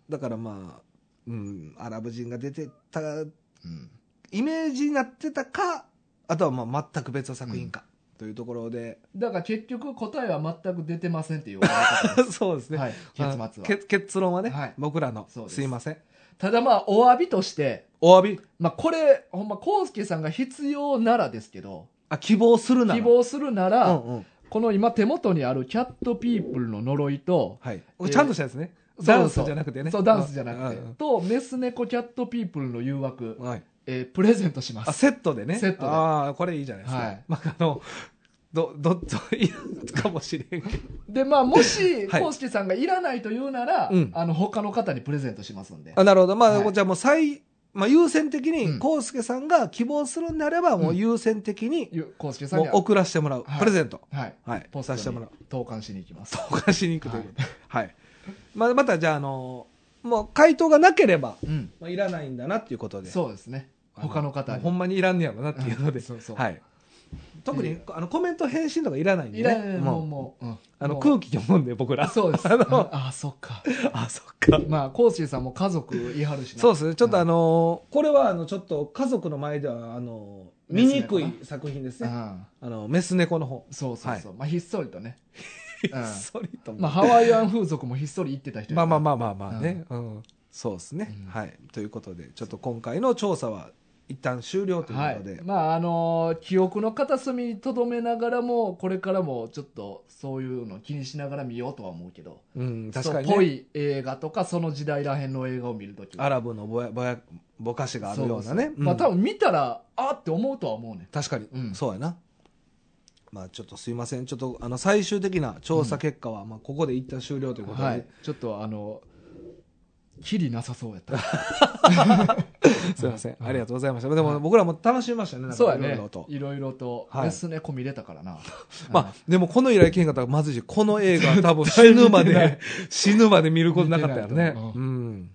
だからまあうんアラブ人が出てたうんイメージになってたかあとはまあ全く別の作品か、というところ (laughs) でだから結局答えは全く出てませんっていう終わり方そうですね、はい (laughs) 結末はあけ結論はね、はい僕らのそうですすいませんただまあお詫びとしてお詫びまあこれほんまコウスケさんが必要ならですけどあ希望するなら希望するなら、うんうんこの今手元にあるキャットピープルの呪いとはい、ーちゃんとしたやつね、ダンスじゃなくてね。そう、ダンスじゃなくうんて。と、メス猫キャットピープルの誘惑う、んはい。えープレゼントしまあ、す。セットでね。セットでああ、これいいじゃないですか。はいまあ、あの、ど、どっといるかもしれんけど。で、まあ、もし、 (laughs) はいコウスケさんがいらないと言うならうん、あの、他の方にプレゼントしますんで。あなるほど。まあ、はいじゃあもう最、まあ、優先的に、うんコウスケさんが希望するんであれば、もう優先的に、ゆコウスケさんもにうは、送らせてもらう。はいプレゼント。はい。はい。ポスさせてトもにらう。投函しに行きます。投函しに行くということで。はい。まあ、またじゃあ、あの、もう回答がなければ、うん。まあ、いらないんだなっていうことで。そうですね。他の方もうに。ほんまにいらんねやろなっていうので。うんそうそうはい。特にえ、あの、コメント返信とかいらないんで、ね。いらない、もう、ももう。うんうあの、もう空気読むんで、僕ら。そうです。 (laughs) あのあ、そっか。あ、そっか。まあ、コウスケさんも家族言い張るしな。そうですね。ちょっとうんあのーこれはあの、ちょっと家族の前では、あのー見にくい作品ですうね。ん。あの、メス猫の方。そうそうそう。まあ、ひっそりと (laughs) ね。うんそりともまあ、ハワイアン風俗もひっそり行ってた人まあまああ。まあまあまあね。うん。そうですねう。んはい。ということで、ちょっと今回の調査は一旦終了といはうこいとで。、まああのー記憶の片隅にとどめながらもこれからもちょっとそういうの気にしながら見ようとは思うけどうん、確かにそうねぽ。い映画とかその時代らへんの映画を見るときアラブのぼや、ぼや、ぼかしがあるようなね。うんまあ多分見たらあって思うとは思うね確かに、うんそうやなまあちょっとすいませんちょっとあの最終的な調査結果は、まあここで一旦終了ということで、はいちょっとあのキリなさそうや (laughs) ったすいませんありがとうございましたでも僕らも楽しみましたねなんかそうやいろいねろといろいろとはいメス猫見れたからなまあでもこの依頼金額はまずいしこの (laughs) 映画多分死ぬま見てなで死ぬまで見ることなかったよ見てなねいと思ううん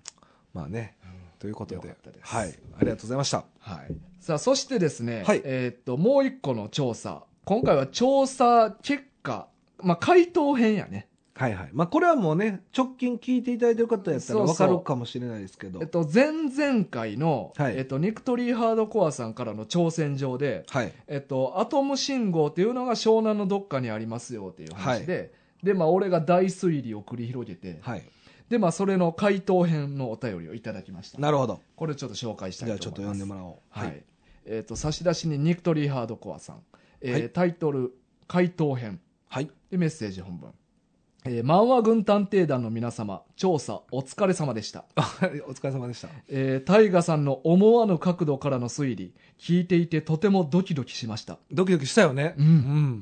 まあねということでよかったですはいありがとうございましたはい、さあそしてですね、はいえーっともう一個の調査今回は調査結果、まあ、回答編やね、はいはいまあこれはもうね直近聞いていただいてる方やったらそう分そかうるかもしれないですけどえっと、前々回の、はいえっと、ニクトリーハードコアさんからの挑戦状で、はいえっと、アトム信号っていうのが湘南のどっかにありますよっていう話で、で、まあ、俺が大推理を繰り広げて、はいで、まあ、それの回答編のお便りをいただきました。なるほどこれちょっと紹介したいじと思ゃあいます。ちょっと読んでもらおうはい。えっと、差出にニクトリーハードコアさん。えーはいタイトル、回答編。はいで、メッセージ本文。えー、漫画軍探偵団の皆様、調査お疲れ様でした。はいお疲れ様でした。えー、タイガさんの思わぬ角度からの推理、聞いていてとてもドキドキしました。ドキドキしたよね。うん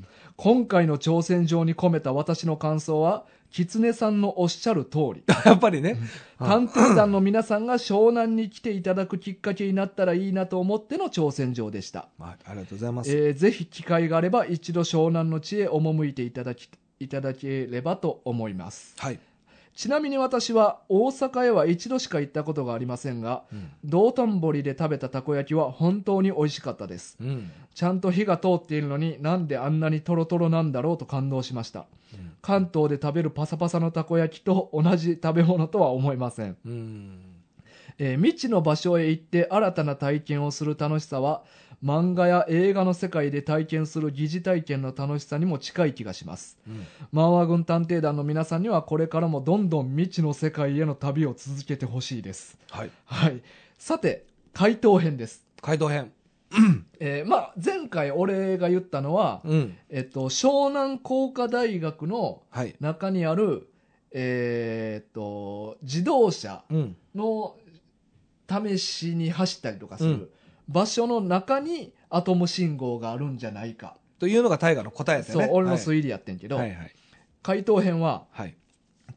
ん。今回の挑戦状に込めた私の感想は、狐さんのおっしゃる通り、やっぱりね。はい探偵団の皆さんが湘南に来ていただくきっかけになったらいいなと思っての挑戦状でした。まあ、ありがとうございます。えーぜひ機会があれば一度湘南の地へ赴いていただき、いただければと思います。はい。ちなみに私は大阪へは一度しか行ったことがありませんが、道頓堀で食べたたこ焼きは本当に美味しかったです。うん。ちゃんと火が通っているのになんであんなにトロトロなんだろうと感動しました。関東で食べるパサパサのたこ焼きと同じ食べ物とは思いません。うん。えー未知の場所へ行って新たな体験をする楽しさは、漫画や映画の世界で体験する疑似体験の楽しさにも近い気がします。漫画軍探偵団の皆さんにはこれからもどんどん未知の世界への旅を続けてほしいです。はい。はい。さて、回答編です。回答編。えーまあ、前回俺が言ったのは、うん。えっと、湘南工科大学のはい。中にある、えーっと、自動車うん。の試しに走ったりとかすうるん場所の中にアトム信号があるんじゃないか。というのが大河の答えですそうね。、俺のイ推理やってんけど、はいはい。回答編は、はい。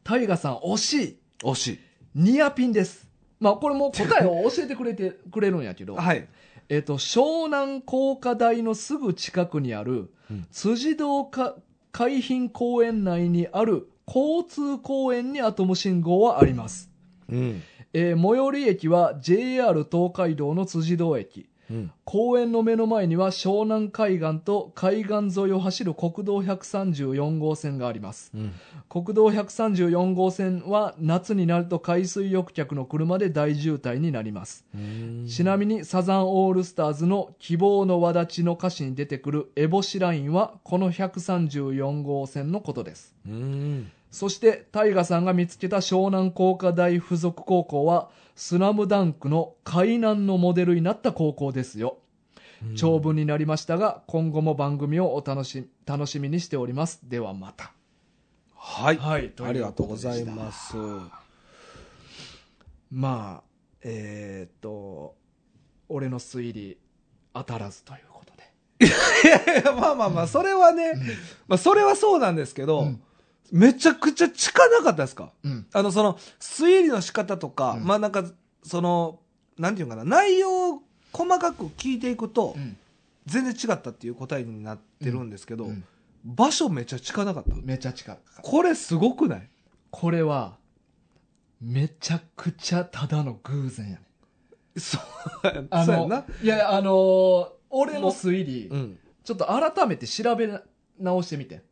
タイガさん惜しい惜しい。ニアピンです。まあ、これもう答えを教えてくれて、くれるんやけど、はい。えっと、湘南工科大のすぐ近くにある、うん辻堂か海浜公園内にある交通公園にアトム信号はあります。うん。えー最寄り駅は JR 東海道の辻堂駅。うん。公園の目の前には湘南海岸と海岸沿いを走る国道134号線があります。うん。国道134号線は夏になると海水浴客の車で大渋滞になります。ちなみにサザンオールスターズの希望の輪立ちの歌詞に出てくるエボシラインはこの134号線のことです。うん。そして、タイガさんが見つけた湘南工科大附属高校は、スラムダンクの海南のモデルになった高校ですよ。長文になりましたが、今後も番組をお楽し、楽しみにしております。ではまた。はい。はいとあいりうがこととうごでしたざいます。まあえーっと俺の推理当たらずということでいやいや、 (laughs) まあまあまあ、それはね、まあそれはそうなんですけど、うんめちゃくちゃ近なかったですかうんあの、その、推理の仕方とか、うんまあなんか、その、なんていうのかな、内容を細かく聞いていくと、うん全然違ったっていう答えになってるんですけど、うん場所めちゃ近なかった。めちゃ近かったこれすごくないこれはめちゃくちゃただの偶然やねそうやあそうやのな。いやあのー俺の推理、うん。ちょっと改めて調べ直してみて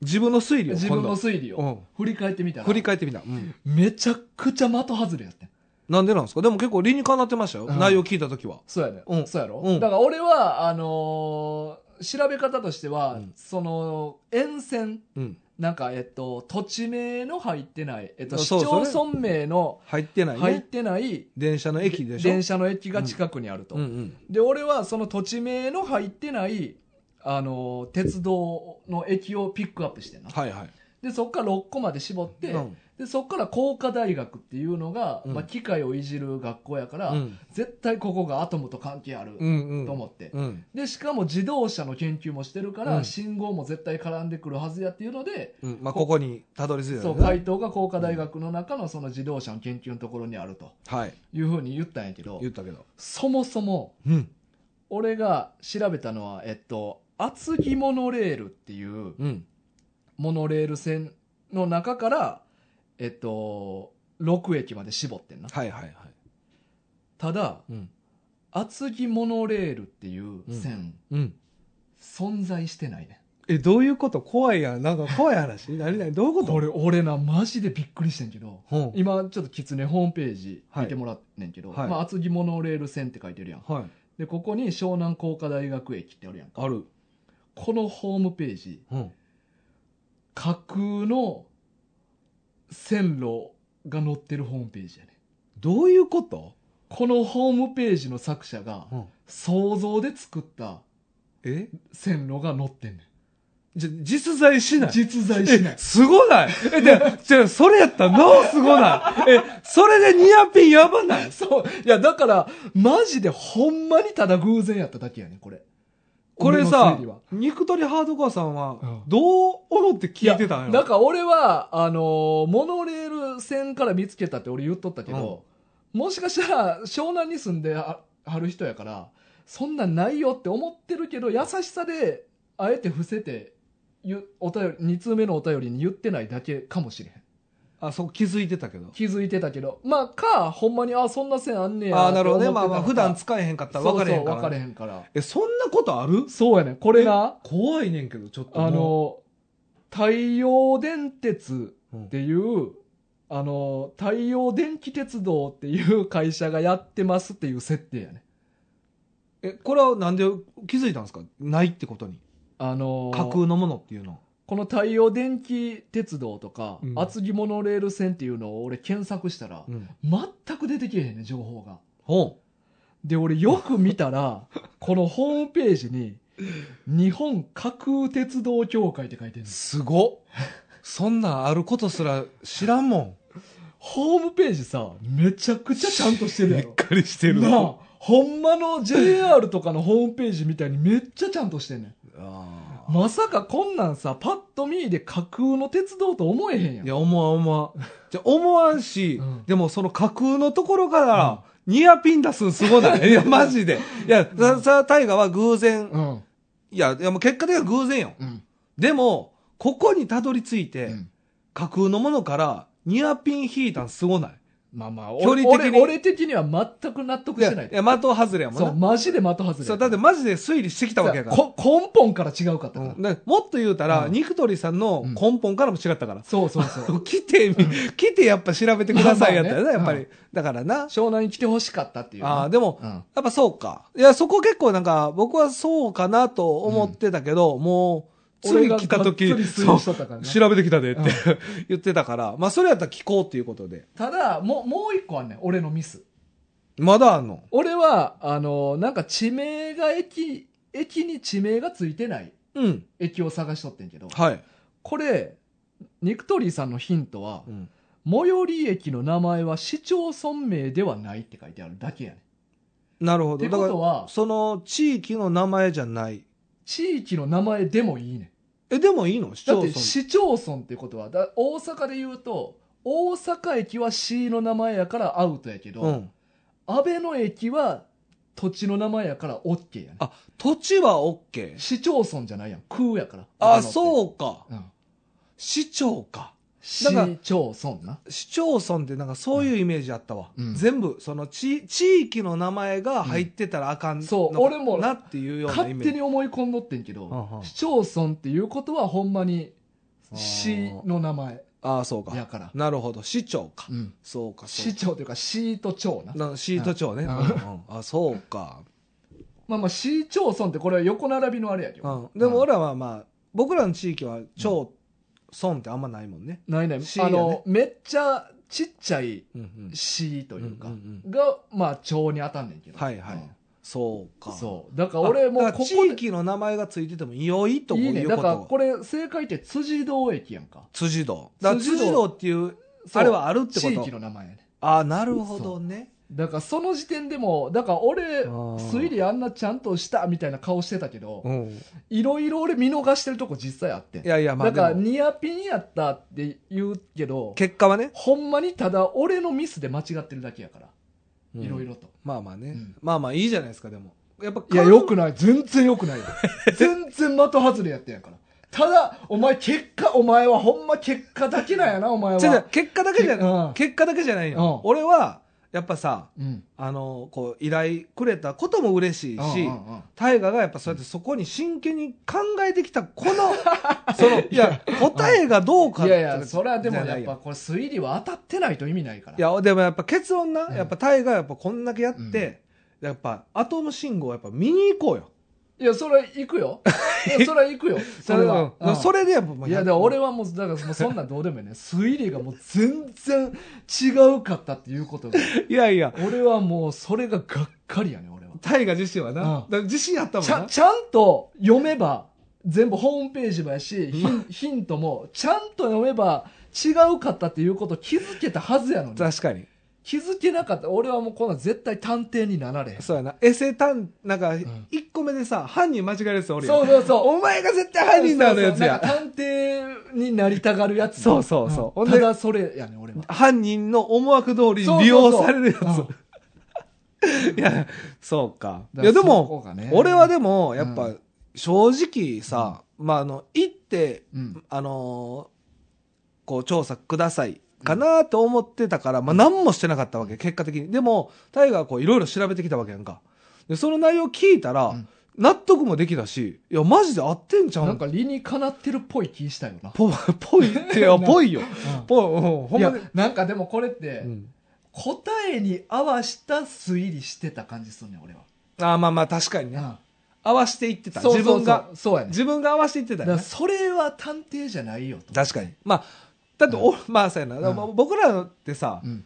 自分の推理を自今分度の推理を振り返ってみたうん、ら振り返ってみた、うんめちゃくちゃ的外れやってんなんでなんですかでも結構理にかなってましたよ、うん内容聞いた時はそうやね、うんそうやろ、うんだから俺はあのー調べ方としては、うんその沿線うんなんかえっと土地名の入ってない、えっと、市そう町そ村名の入ってないね、入ってない電車の駅でしょ電車の駅が近くにあると、うんうんで俺はその土地名の入ってないあのー鉄道の駅をピックアップしてんな、はいはいでそっから6個まで絞って、うんでそっから工科大学っていうのが、うんまあ、機械をいじる学校やから、うん絶対ここがアトムと関係あるうんうんと思って、うんでしかも自動車の研究もしてるから、うん信号も絶対絡んでくるはずやっていうので、うんまあここにたどり着いたよねそう回答が工科大学の中のその自動車の研究のところにあるとはいいうふうに言ったんやけど言ったけどそもそもうん俺が調べたのは、えっと、厚木モノレールっていううんモノレール線の中から、えっと、6駅まで絞ってんなはいはいはいただうん厚木モノレールっていう線、うん存在してないねえどういうこと怖いやんなんか怖い話何何どういうことこれ俺なマジでびっくりしてんけどうん今ちょっとキツネホームページ見てもらってんねんけど、はいまあ、厚木モノレール線って書いてるやんはいでここに湘南工科大学駅ってあるやんあるこのホームページうん架空の線路が載ってるホームページやねどういうことこのホームページの作者がうん想像で作ったえ線路が載ってんねじゃ実在しなんい実在しなえいすごないえ、で、じゃあそれやったら、なおすごないえ、それでニアピンやばない (laughs) そう。いや、だから、マジでほんまにただ偶然やっただけやねんこれ。これ俺のさ推理は、肉取りハードコアさんうはん、どう思って聞いてたんやだろから俺は、あのーモノレール線から見つけたって俺言っとったけど、もしかしたら湘南に住んでははる人やから、そんなんないよって思ってるけど、優しさで、あえて伏せて、ゆお便り、2通目のお便りに言ってないだけかもしれん。あ、そう気づいてたけど。気づいてたけど。まあ、か、ほんまに、あ、そんな線あんねや。あーなるほどね。まあまあ、って思普ってた段のか使えへんかったら分かれへんそうかそう分かられ。へんから。え、そんなことあるそうやねんこれが、怖いねんけど、ちょっともう。あの、太陽電鉄うん、っていう、あの、太陽電気鉄道っていう会社がやってますっていう設定やね。え、これはなんで気づいたんですかないってことに。あの、架空のものっていうの。この太陽電気鉄道とか、うん厚木モノレール線っていうのを俺検索したら、うん。全く出てけえへんね、情報が。ほで、俺よく見た (laughs) ら、このホームページに、日本架空鉄道協会って書いてるう。すごっ。そんなんあることすら知らんもん。ホームページさ、めちゃくちゃちゃんとしてるやろ。かりしてなあほんまの JR とかのホームページみたいにめっちゃちゃんとしてんねんあまさかこんなんさパッと見で架空の鉄道と思えへんやーんいや、思わん思わん。じゃ、思わんし、うんでもその架空のところから、ニアピン出すんすごない。いや、マジで。いや、さ、さ、大河は偶然、うんいや、いやもう結果的には偶然よ。うんでも、ここにたどり着いうて、ん架空のものから、ニアピン引いたんすごない。まあまあ距俺離的に俺俺的には全く納得いしや、てないいや的外れやもんそうな。マジで的外れそう、だってマジで推理してきたわけやから。こ根本から違うかったうから、んだからもっと言うたら、うん肉鳥さんの根本からも違ったから。 (laughs) そうそうそう来てみ、来てやっぱ調べてくださいやったよね、まあやっまぱあねり。だからな。湘南に来てほしかったっていうね、ああ、でも、うんやっぱそうか。いや、そこ結構なんか、僕はそうかなと思ってたけど、もう、次来た時、俺ががっつり推そ理うしとったからな調べてきたでってうん (laughs) 言ってたから、まあそれやったら聞こうっていうことで。ただもうもう一個はねん俺のミスまだあんの俺はあのなんか地名が駅駅に地名がついてないうん。駅を探しとってんけどはい。これニクトリーさんのヒントは、うん最寄り駅の名前は市町村名ではないって書いてあるだけやねなるほんってど。こだかとら、はその地域の名前じゃない。地域の名前でもいいねんえ、でもいいの市町だっ村て。市町村ってことはだ大阪で言うと大阪駅は市の名前やからアウトやけど、うん。安倍の駅は土地の名前やから OK やねあ土地は OK。市町村じゃないやん空やからあ、う、そうか。うん、市長か。市だから町村な市町村ってなんかそういうイメージあったわ。うん全部、その地、地域の名前が入ってたらあかんのかな、そう俺もなっていうようなイ勝メージ。手に思い込んどってんけど、うんうん市町村っていうことはほんまにあー市の名前ああ、そうやか。から、なるほど。市長か。うんそうか、そう市か。長というか市と町なな市都長ね。ううんんうんあ、そうか。まあまあ市町村ってこれは横並びのあれやけうど、ん。でも俺らはまあ、僕らの地域は町、村ってあんまないもんね。ないない、市やあねのめっちゃちっちゃいうんうん。市というか、うんうんがまあ町に当たんねんけどはいはい。うんそうか。そうだから俺もうあだこかこら地で域の名前がついてても良いといいいうねこだとからがこれ正解って辻堂駅やんか辻堂だから辻堂辻堂っていうそうあれはあるって地こ域との名前やねああなるほどねだからその時点でもだから俺あー推理あんなちゃんとしたみたいな顔してたけどうんいろいろ俺見逃してるとこ実際あってんいやいやまあだからでもニアピンやったって言うけど結果はねほんまにただ俺のミスで間違ってるだけやからいろいろろとまあまあねうんまあまあいいじゃないですかでもやっぱいや、関よくない。全然よく (laughs) ないよ。全然的外れやってんやから。ただ、お前結果、お前はほんま結果だけなんやな、お前違う違うは。結果だけじゃうんない結果だけじゃないよう俺はやっぱさうん。あのこう依頼くれたことも嬉しいしうんうんうん大河がやっぱそうやってそこに真剣に考えてきたこの (laughs) そのいや答えがどうかいってやいや、それはでもじゃやなっいよぱこれ推理は当たってないと意味ないから。いや、でもやっぱ結論な、うんやっぱタイがやっぱこんだけやって、やっぱアトム信号をやっぱ見に行こうよ。いや、それは行く (laughs) よ。いやそれは行くよ。それは。うんそれれでやっぱもういやや、っだから俺はもう、だからもうそんなんどうでもいいね。推理がもう全然違うかったっていう (laughs) ことが。いやいや、俺はもうそれががっかりやね、俺は。タイが自身はな、うんだから自信あったもんちゃな。ちゃんと読めば全部ホームページもやしヒンヒントもちゃんと読めば違うかったっていうこと気づけたはずやのに確かに。気づけなかった俺はもうこんなん絶対探偵になられへんそそうやな。エセ探、なんか、ん一個目でさ、犯人間違えるやつおうるやん。そうそうお前が絶対犯人なのやつそうや。そうなんか探偵になりたがるやつそうそうそうんほんたでだそれやね俺は犯人の思惑通りそうそうそうに利用されるやうん (laughs) つ。いや、そうか。だからいや、でそこも、がね俺はでも、やっうぱ、正直さ、まあ、あの、行って、うんあのーこう調査くださいかなと思ってたから、まあ、何もしてなかったわけ結果的にでもタイガーはこういろいろ調べてきたわけやんかでその内容聞いたら、うん納得もできたしいやマジで合ってんちゃうなんんか理にかなってるっぽい気したよな、ぽぽいって (laughs) いやぽいよぽい、うんうほん、んいやまに、なんかでもこれって、うん答えに合わした推理してた感じすんねん俺は、あーまあまあ確かにねうん合わせていってたそうそうそう自分がそうやね自分が合わせていってただよからねそれは探偵じゃないよと確かにまあだってお、まあそうやな、うんまあ僕らってさ、うん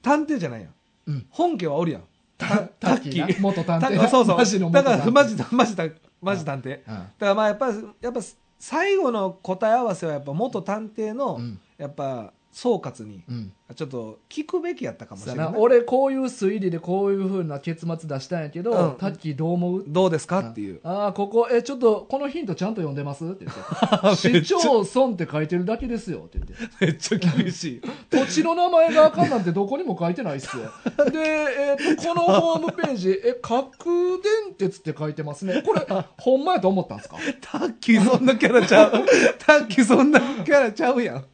探偵じゃないやんうん本家はおるやんたタッキータな元探偵たそうそう。マジの元探だ偵から、マジだ、マジだ、マジ探偵。だかうんらまあやっぱ、やっぱ最後の答え合わせはやっぱ元探偵の、うんやっぱ総括に、うんちょっと聞くべきやったかもしされあな。ない俺こういう推理でこういうふうな結末出したんやけど、うんタッキーどう思うどうですかっ (laughs) ていう。ああここえちょっとこのヒントちゃんと読んでますって言っ (laughs) めて市っちゃ町村って書いてるだけですよって言ってめっちゃ厳しい。土地の名前があかんなんてどこにも書いてないっす (laughs) よ。で、えーと、このホームページ、え、核電鉄って書いてますね。これ、ほんまやと思ったんですかタッキーそんなキャラちゃう。 (laughs) タッキーそんなキャラちゃうやん。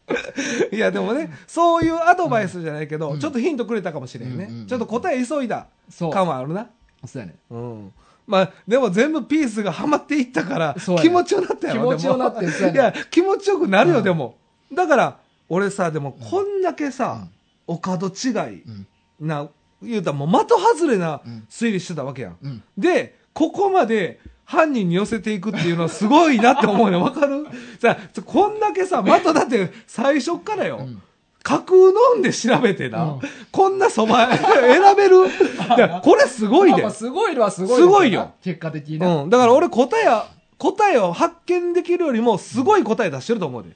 いやでもね、そういうアドバイスじゃないけど、うんちょっとヒントくれたかもしれんね。うんうんうんちょっと答え急いだそう。感はあるな。そうやね。うん。まあ、でも全部ピースがはまっていったから、そうやね気持ちよくなったよ気持ちよくなってでもそうやいねや、気持ちよくなるよ、うんでも。だから、俺さ、でも、こんだけさ、お門違いうん。な、言うたらもう的外れなうん推理してたわけやん。うん。で、ここまで犯人に寄せていくっていうのはすごいなって思うよ。わかるさ、こんだけさ、的だって最初っからよ。うん架空のんで調べてな、うんこんなそば選べるいやこれすごいまあで、まあすごいのはすごいですごいよ。結果的にな。うん、だから俺答えは、答えを発見できるよりもすごい答え出してると思うで。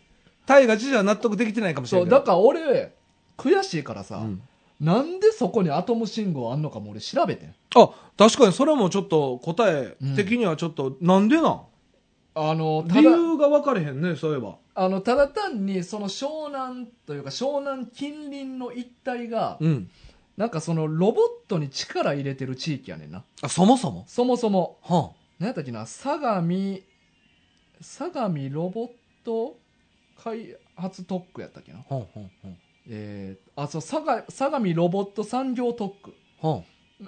タイガ自身は納得できてないかもしれそなう、だいけど。から俺、悔しいからさ、うんなんでそこにアトム信号あんのかも俺調べてんあ確かにそれもちょっと答え的にはちょっと、なんでなんあのた理だ由が分かれへんねそういえばあのただ単にその湘南というか湘南近隣の一帯が、うんなんかそのロボットに力入れてる地域やねんなあそもそもそもそもは何やったっけな相模相模ロボット開発特区やったっけなあはあはえー、あそう相模相模ロボット産業特区あは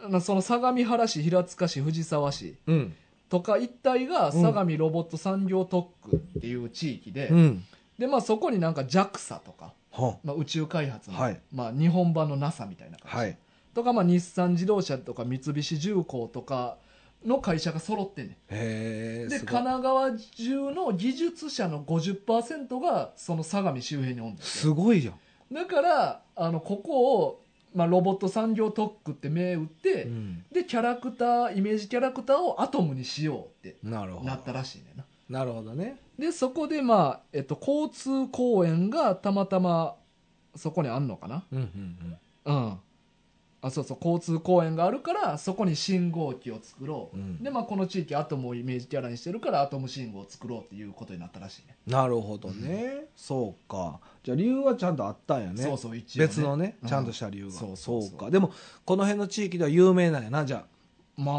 あなその相模原市平塚市藤沢市うんとか一帯がうん相模ロボット産業特区っていう地域で、うんでまあそこになんか JAXA とか、はまあ、宇宙開発の、はいまあ、日本版の NASA みたいなあはいとか、まあ、日産自動車とか三菱重工とかの会社が揃ってんねへんえで神すごい奈川中の技術者の50%がその相模周辺におんねんてすごいじゃん、だからあのここを、まあ、ロボット産業特区って銘打って、うんでキャラクターイメージキャラクターをアトムにしようってなるほどなったらしいねんななるほどねでそこでまあ、えっと、交通公園がたまたまそこにあんのかなうんうんうんあそうそう交通公園があるからそこに信号機を作ろう、うんでまあこの地域アトムをイメージキャラにしてるからアトム信号を作ろうっていうことになったらしいねなるほどね、そうかじゃあ理由はちゃんとあったんやねそうそう一応、ね、別のね、うんちゃんとした理由がそうそうそうかでもこの辺の地域では有名なんやなじゃまあ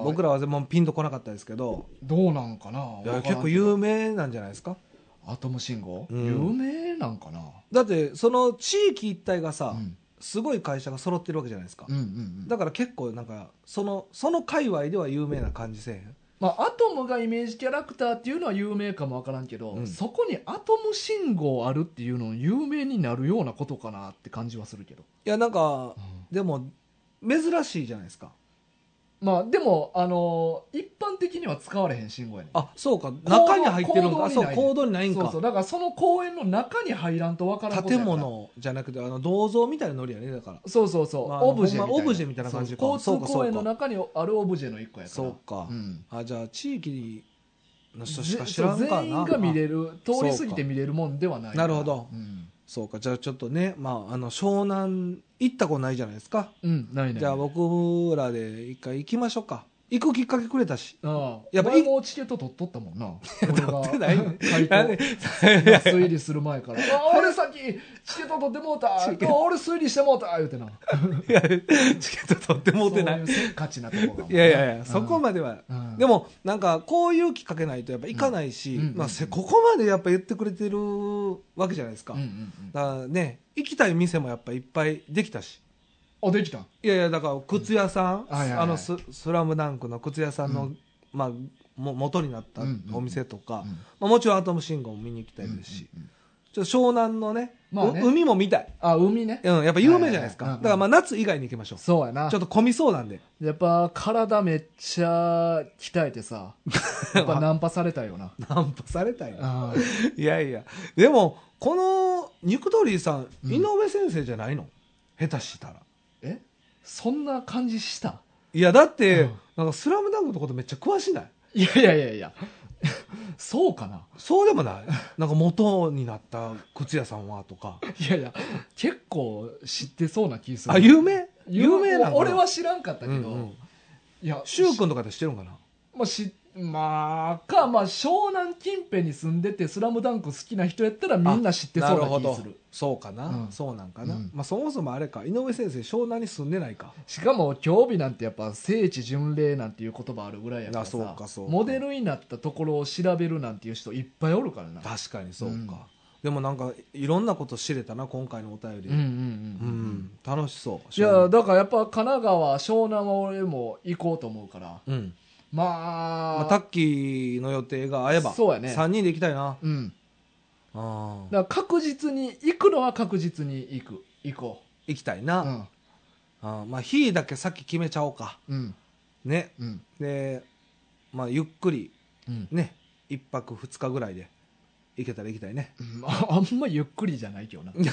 あ僕らは全然ピンとこなかったですけどどうなんかないやわからんけ結ど構有名なんじゃないですかアトム信号、うん有名なんかなだってその地域一帯がさ、うんすごい会社が揃ってるわけじゃないですか、うんうんうんだから結構なんかそのその界隈では有名な感じせえへんまあ、アトムがイメージキャラクターっていうのは有名かもわからんけど、うんそこにアトム信号あるっていうのを有名になるようなことかなって感じはするけど、いやなんかでも珍しいじゃないですかまあでもあのー一般的には使われへん信号やねんあそうか中に入ってるんか行動にないねそう行動にないんそうかそうだからその公園の中に入らんとわからんことや建から物じゃなくてあの銅像みたいなノリやねだからそうそうそう、まあオブジェみたいな、ほんまオブジェみたいな感じかそうそう交か通そうか公園の中にあるオブジェの一個やからそうかんあじゃあ地域の人しか知らんからな全員が見れる通り過ぎて見れるもんではないからなるほどうん、そうかじゃあちょっとね、まあ、あの湘南行ったことないじゃないですか、うん、ないねじゃあ僕らで一回行きましょうか行くきっかけくれたしああややっっぱぱもチケット取っとったもん (laughs) な取ってない回答 (laughs) なんで推理する前から「あ俺さっきチケット取ってもうたあ俺推理してもうた」言うてないやチケット取ってもうてないそういうせっかちなとこがいやいやいやそこまでは、うんでもなんかこういうきっかけないとやっぱ行かないし、うんまうあ、んせここまでやっぱ言ってくれてるわけじゃないですか、うんうんうんだからね行きたい店もやっぱいっぱいできたしあできたいやいやだから靴屋さん、うんはいはいはいあのススラムダンクの靴屋さんの、うまあも元になったうんうんうんお店とか、うんまあ、もちろんアトム信号も見に行きたいですし、うんうんうんちょっと湘南のね,う、まあね海も見たい、あ海ねうん、やっぱ有名じゃないですか、はいはいはいだからまあ夏以外に行きましょうちそうやなょっと混みそうなんでやっぱ体めっちゃ鍛えて (laughs) さやっぱナンパされたよなナンパされたいなああいやいやでもこの肉鳥さんうん井上先生じゃないの、下手したらえそんな感じしたいやだって、うんなんかスラムダンクのことめっちゃ詳しないいやいやいやい (laughs) やそうかなそうでもないなんか元になった靴屋さんはとかいやいや、結構知ってそうな気する。 (laughs) あ有名有名なの俺は知らんかったけど、うんうんいや、シュウ君とかでしてるんかなまあ、し、まあ、か、まあ、湘南近辺に住んでて、スラムダンク好きな人やったらみんな知ってそうな気する。そうかな、うんそうなんかな、うんまあ、そもそもあれか井上先生湘南に住んでないかしかも、競技なんてやっぱ聖地巡礼なんていう言葉あるぐらいやからあそうさか、そうかモデルになったところを調べるなんていう人いっぱいおるからな。確かにそうか、うんでもなんかいろんなこと知れたな今回のお便り、うんうんううん。ん楽しそういや、だからやっぱ神奈川、湘南は俺も行こうと思うから、うんまあ、まあ、タッキーの予定が合えばそうやね3人で行きたいなうん。あーだから確実に行くのは確実に行く行こ行きたいうな、うあんーまあ日だけさっき決めちゃおうかうんねうんで、まあ、ゆっくりうんね1泊2日ぐらいで行けたら行きたいね。うんああんまゆっくりじゃないけどな。 (laughs) い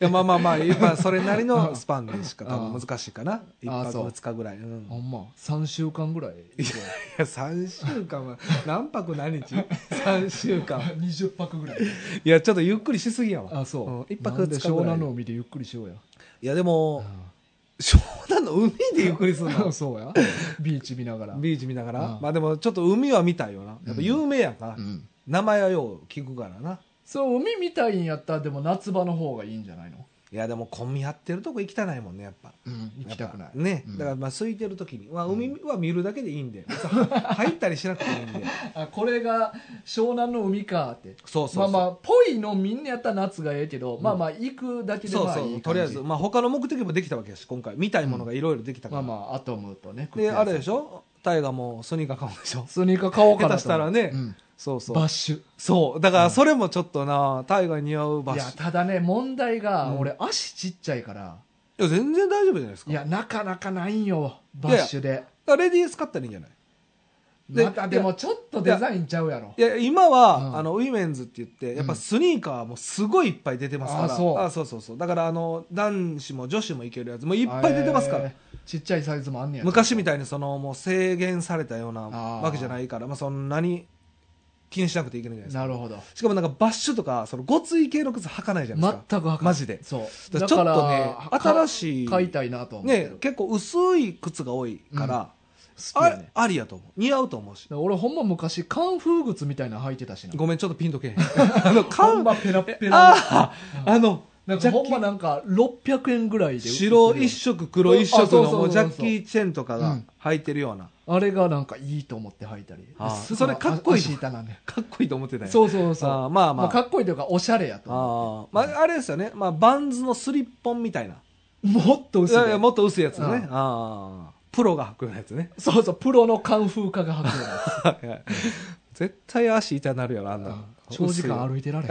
やまあまあま (laughs) あ、まあそれなりのスパンでしか多分難しいかな。一あそう泊二日ぐらい。うんあんま、3週間 (laughs) ぐらい。いや3週間は何泊何 (laughs) 日 ?3 週間20泊ぐらい。いやちょっとゆっくりしすぎやわあ、そう。うん一泊なんで二日ぐ湘らい南の海でゆっくりしようや。いやでも湘南の海でゆっくりす (laughs) るあ (laughs) のそうや。ビーチ見な (laughs) がら。ビーチ見ながらうんまあでもちょっと海は見たいよなやっぱ有名やんかうん名前はよう聞くからなそう、海見たいんやったら、でも夏場の方がいいんじゃないのいやでも混み合ってるとこ行きたないもんねやっぱ行きたくないやっ。ぱねうんだからまあ空いてる時にまあ海は見るだけでいいんで別に入ったりしなくていいんであ、これが湘南の海かって。 (laughs) そうそうそうまあまあ、ぽいのみんなやったら夏がええけど、んまあまあ、行くだけでそうまあそいいう感じ。とりあえずまあ他の目的もできたわけやし今回見たいものがいろいろできたまあからまあ、アトムとね。であれでょしょタイガもスニーカー買うんでしょスニーカー買おうかなと思う下手したらねうんそうそバッうシュ。そうだからそれもちょっとなタイガに似合う場い所いや、ただね、問題が、うん俺、足ちっちゃいから、や全然大丈夫じゃないですかいや、なかなかないんよ、バいやッシュで。だからレディース買ったらいいんじゃないでまた、でも、ちょっとデザインちゃうやろい。や今は、うんあのウィメンズって言ってやっうぱんスニーカーもすごいいっぱい出てますから、あそうあそうそうそうだからあの男子も女子もいけるやつもいっぱい出てますから、えー。ちっちゃいサイズもあんねや。昔みたいにそのもう制限されたようなーわけじゃないからまあ、そんなに気にしなくていけないじゃないですかなるほど。しかもなんかバッシュとかそのごつい系の靴履かないじゃないですか、全くはマジでそう。だからだちょかっとねら、新い。しい買いたいなと思ってねる。結構薄い靴が多いから、好きやあね。ありやと思う似合うと思うしだから俺、ほんま昔、カンフー靴みたいなの履いてたしな。ごめんちょっとピン (laughs) とけへんあのほ缶んまペラッペラの。あああのなんジかャッキほんまなんか、600円ぐらいで。白一。色黒一あそ色うそうのそうもうジャッキー・チェンとかうがん履いてるような、あれがなんかいいと思って履いたりあ。ーすぐそれかっこいい足痛なんね。かっこいいと思ってたよそうそうそう。あーまあままあ、あ、かっこいいというか、おしゃれやと思あーまあ、あれですよね、まあ、バンズのスリッポンみたいなう。もっとい薄いやいやもっと薄いやつのね、うんあープロが履くようなやつねそうそう、プロのカンフー家が履くようなやつはいはい絶対足痛なるやろあんなうのん長時間薄い歩いてられん。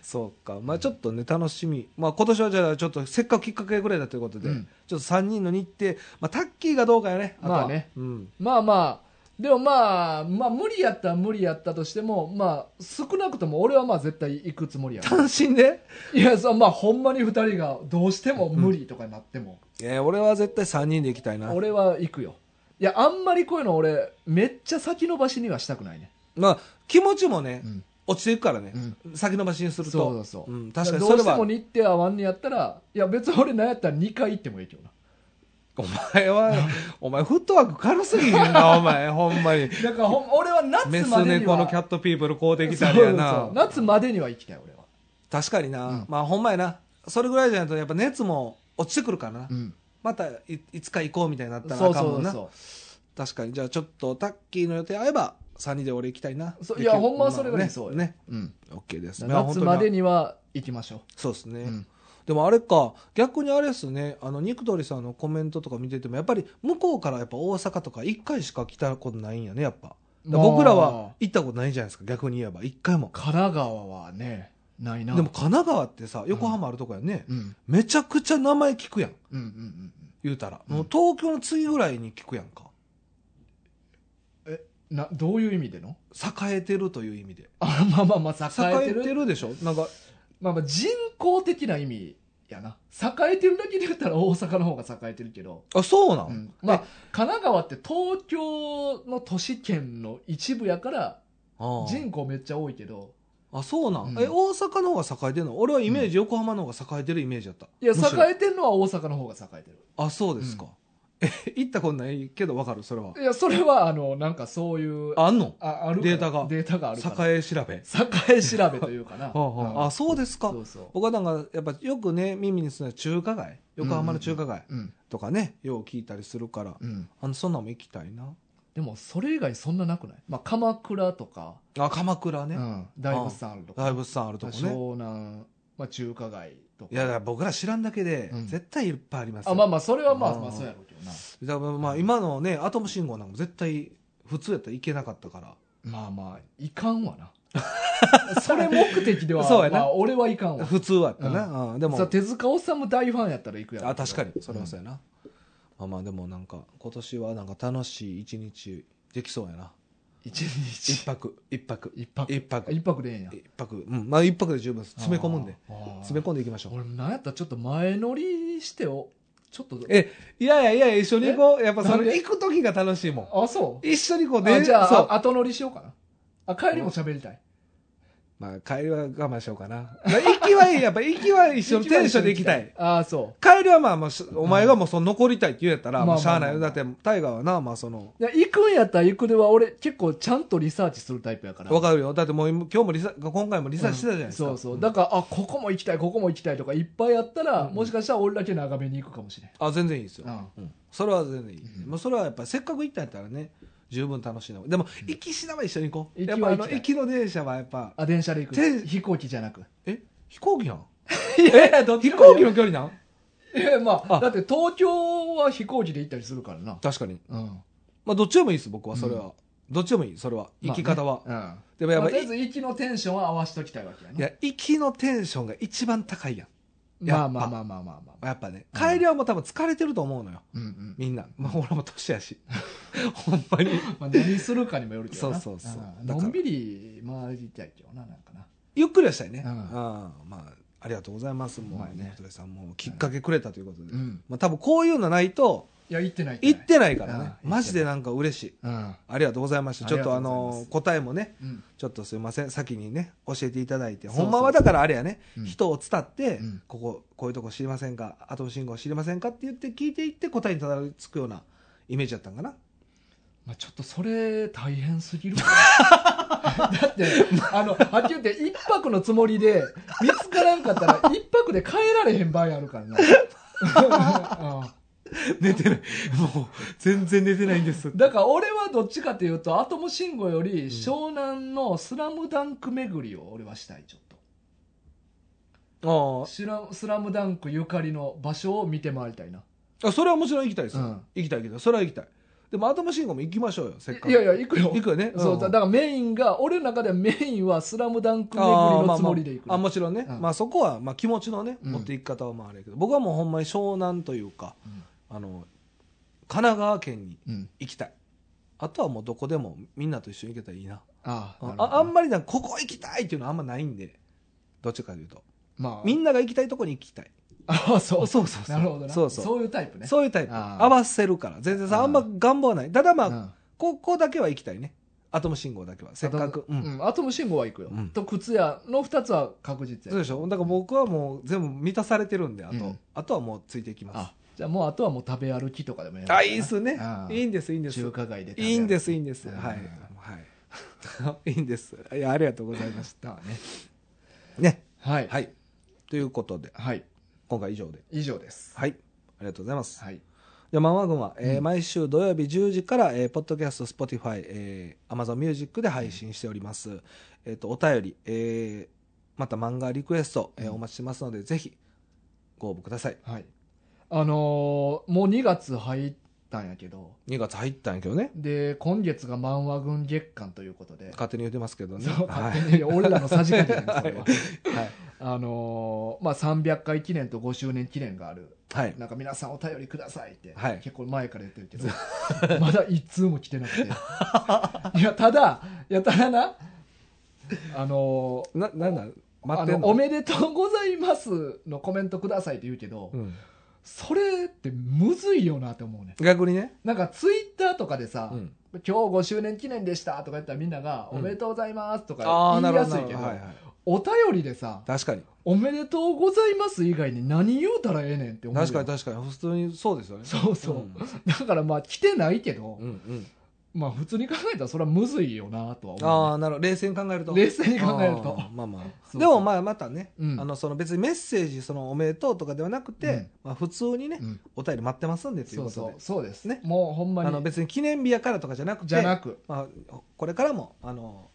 そうか、まあ、ちょっとね、楽しみ、まあ今年はじゃあ、ちょっとせっかくきっかけぐらいだということで、うんちょっと3人の日程、まあ、タッキーがどうかよね、とはまあねうん、 (laughs) まあまあ、でもまあ、まあ無理やったら無理やったとしても、まあ少なくとも俺はまあ絶対行くつもり (laughs) や。単身で、いや、そうまあほんまに二人がどうしても無理とかになって (laughs) も、えー俺は絶対3人で行きたいな、俺は行くよ。いや、あんまりこういうの俺、めっちゃ先延ばしにはしたくないね。まあ、気持ちもね、ん。落ちていくからね、先延ばしにそすうるそうと、そう。うん確かにどそうれしてもは、日程合わんにやったら、いや別に俺なんやったら2回行ってもいいけどな。お (laughs) 前は、お前、フットワーク軽すぎるな、お前、ほんまに、だからほん俺は夏メまスでに猫は。のキャットピープル、こうできたりそうそやうな。そう夏までには行きたい俺は。確かにな、うんまあほんまやなそれぐらいじゃないとやっぱ熱も落ちてくるからな、うん。またいいつか行こうみたいになったらそあうかんもそんうなそう。確かにじゃあちょっとタッキーの予定合えば3人で俺行きたいなそうでいやきるほんまそれぐらいねそうよねうん。 OK ですいや夏まで本当にには行きましょそうですね、う、うんでもあれか逆にあれですねあの肉鳥さんのコメントとか見ててもやっぱり向こうからやっぱ大阪とか1回しか来たことないんやねやっぱだから僕らは行ったことないじゃないですか逆に言えば1回もまあ神奈川はねないでなも神奈川ってさ横浜あるとこやね、うんうんめちゃくちゃ名前聞くやんうんうん言うたら、うんもう東京の次ぐらいに聞くやんかうんなどういう意味での栄えてるという意味であまあまあまあ栄え栄えてるてるでしょなんかまあまあ人口的な意味やな栄えてるだけで言ったら大阪の方が栄えてるけど、あそうなん、うんまあ神奈川って東京の都市圏の一部やからああ人口めっちゃ多いけどあそうなん、うんえ大阪の方が栄えてるの俺はイメージ、横浜の方が栄えてるイメージだったいやむしろ栄えてるのは大阪の方が栄えてるあそうですか、え行ったことないけど分かるそれはいやそれはあのなんかそういうあんのああるデータがデータがあるから栄え調べ栄え調べというかな (laughs) はあはああそうですかそうそう僕はなんかやっぱよくね耳にするのは中華街横浜の中華街うんとかね、よう聞いたりするからうんあのそんなんも行きたいなでもそれ以外そんななくない、まあ、鎌倉とか、あ鎌倉うね、ん、大仏さんあるとか大仏さんあるとこね湘南、まあ、中華街とかいやだから僕ら知らんだけで、うん絶対いっぱいありますよあまあまあそれはまあうんまあそうやろうけどなだからまあ今のねアトム信号なんか絶対普通やったらいけなかったからまあまあいかん (laughs) わなそれ目的ではそうやなまあ、俺はいかんわ普通はやったな、うんでもさ手塚治虫大ファンやったら行くやろうあけど確かにそれはそうやな、まあまあでもなんか今年はなんか楽しい一日できそうやな一日一泊一泊一泊一泊一泊でええんや一泊うんまあ一泊で十分です詰め込むんであー詰め込んでいきましょう俺なんやったらちょっと前乗りしておちょっとえいやいやいや一緒に行こうやっぱそなんでれ行く時が楽しいもんあそ一緒にこうう、ねあじゃあそうあ後乗りしようかなあ帰りも喋りたい、まあ帰りは我慢しようかなまあ行きはいいやっぱ行き (laughs) は一緒のテンションで行きたいああそ帰りはまあまあしお前がもうその残りたいって言うんやったうらんまあしゃあなまいあよまだあって大河はなまあそのういや行くんやったら行くでは俺結構ちゃんとリサーチするタイプやからわかるよだってもう今日もリサ今回もリサーチしてたじゃないですか、そうそうだからあここも行きたいここも行きたいとかいっぱいあったら、うんもしかしたら俺だけ長めに行くかもしれん、あ全然いいですよ、うんうんそれは全然いい、うんもうそれはやっぱりせっかく行ったんやったらね十分楽しいのでもうん行きしなは一緒に行こう行きやはっぱ行きあのたい行きの電車はやっぱあ電車で行くて飛行機じゃ (laughs) なくえ飛行機やん (laughs) いやいやどっ飛ちでもいいよ行機の距離なんいやまあ (laughs) あだって東京は飛行機で行ったりするからな確かにうんまあどっちでもいいです僕はそれは、どっちでもいいそれは行き方は、まあねでもうんやっまぱあ、とりあえり、ず行きのテンションは合わしときたいわけやいねや行きのテンションが一番高いやんまあやっぱまあまあまあまあまあ、やっぱねうん帰りはもう多分疲れてると思うのようんうんみんな、まあ、俺も年 (laughs) やしほんまにまあ、何するかにもよるけどなそうそうそうんだのからんびり回りたいけどななんかなゆっくりはしたいね、ううんんまあ、ありがとうございますもう、まあねね、さんもうきっかけくれたということで、うんまあ、多分こういうのないといや行ってない行っないてないからね、うんマジでなんか嬉しいうんありがとうございましたちょっとあありがとうございますの答えもねうんちょっとすいません先にね教えていただいてそうそうほんまはだからあれやね、うん人を伝って、うんこここういうとこ知りませんかアトム信号知りませんかって言って聞いていって答えにたどり着くようなイメージだったん (laughs) かなまあ、ちょっとそれ大変す (laughs) ぎるだってあのはっきり言って一泊のつもりで見つからんかったら一泊で帰られへん場合あるからな (laughs) うん寝てないもう全然寝てないんですだから俺はどっちかというとアトム信号より湘南のスラムダンク巡りを俺はしたいちょっとあスラスラムダンクゆかりの場所を見て回りたいなあそれはもちろん行きたいですよ、うん行きたいけどそれは行きたいでもアトム信号も行きましょうよせっかくいやいや行くよ行くよねそううんだだからメインが俺の中ではメインはスラムダンク巡りあーまのあつもりで行くまああもちろんね、うんまあ、そこはまあ気持ちのねうん持っていき方はまああれやけど、僕はもうほんまに湘南というかうんあの神奈川県にうん行きたいあとはもうどこでもみんなと一緒に行けたらいいなあーなるほどああんまりなんかここ行きたいっていうのはあんまないんでどっちかというとまあみんなが行きたいとこに行きたいああそうそうそうそうなるほどなそうそういうタイプねそういうタイプあー合わせるから全然あーさあんま願望はないただまあ、うんここだけは行きたいねアトム信号だけはせっかくううんん、アトム信号は行くよ、うんと靴屋の2つは確実そうやでしょだから僕はもう全部満たされてるんであと、うんあとはもうついていきますあじゃあもうあとはもう食べ歩きとかでもやるあいいっすねああいいんですいいんです中華街で食べ歩きいいんですいいんですうんはい、はい、い (laughs) いんですいやありがとうございましだねたねはいはいということではい今回以上で以上ですはいありがとうございますはいじゃあマンワ軍は、えーうん毎週土曜日10時から、えーポッドキャスト、Spotify、えー、Amazon Music で配信しております。えっ、と、お便り、えーまた漫画リクエスト、えーうんお待ちしてますので、ぜひ、ご応募ください。はいあのーもう2月入ったんやけど2月入ったんやけどね。で今月が漫画軍月間ということで勝手に言ってますけどね。そうは勝い。手に俺らのさじ加減ですそれ (laughs) ははい。あのーまあ300回記念と5周年記念がある (laughs) はい。なんか皆さんお便りくださいって、はい結構前から言ってるけ (laughs) ど、まだ一通も来てなくて。いや、ただ、いや、ただな、あのーな、なんだ待ってあんののおめでとうございますのコメントくださいって言うけど、うん、それってむずいよなって思うね。逆にね。なんかツイッターとかでさ、うん。今日5周年記念でしたとか言ったらみんなが、うんおめでとうございますとあかあ、な言いるやすほど。いけど、はいはい。お便りでさ、確かに。おめでとうございます以外に何言うたらええねんって思うよ。確かに確かに。普通にそうですよね。そうそう。うんだからまあ来てないけど、うんうん。まあ普通に考えたらそれはむずいよなとはあ思あ、なるほど。冷静に考えるうと。ね、冷静に考えるとあーまあまあそうでもまあまたね、うんあのその別にメッセージそのおめでとうとかではなくて、うんまあ、普通にね、うんお便り待ってますんでというそこうとでそうそうですねねもうほんまあのに別に記念日やからとかじゃなくてじゃなくまあ、これからもあの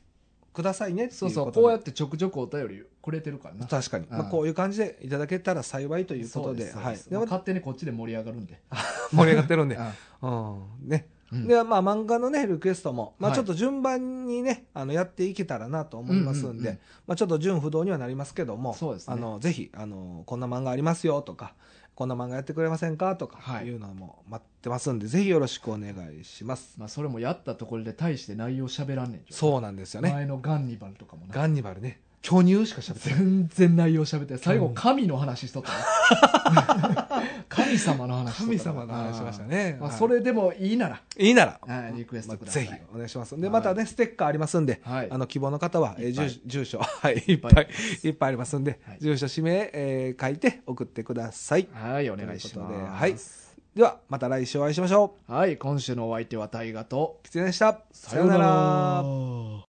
くださいねってそいううことでそうこうやってちょくちょくお便りくれてるからな確かに、んまあ、こういう感じでいただけたら幸いということそうですそうはいすでもうまた勝手にこっちで盛り上がるんで、 (laughs) 盛り上がってるんで、あうんねうんで、まあ、漫画のね、リクエストも、まあ、はいちょっと順番にね、あの、やっていけたらなと思いますうんんうんうんで、まあ、ちょっと順不動にはなりますけども、そうですねあの、ぜひ、あの、こんな漫画ありますよとか、こんな漫画やってくれませんかとはか、いいうのも待ってますんで、ぜひよろしくお願いします。まあ、それもやったところで大して内容喋らんねんけどそうなんですよね。前のガンニバルとかもなガンニバルね、巨乳しか喋ってない。全然内容喋ってない最後うん神の話しとったね (laughs) 神様の話しとった神様の話しましたね。まあ、はいそれでもいいなら、いいなら、はいリクエストくださぜい、ひお願いします。で、またね、ステッカーありますんで、はいあの、希望の方は、えいーっぱい住住所、はい、いっぱいっぱいい、 (laughs) いっぱいありますんではい、住所、氏名、えー書いて送ってください。はいお願いしまということですはいでは、また来週お会いしましょはい、今週のお相手は大河とう。きつねでした。さようなら。ら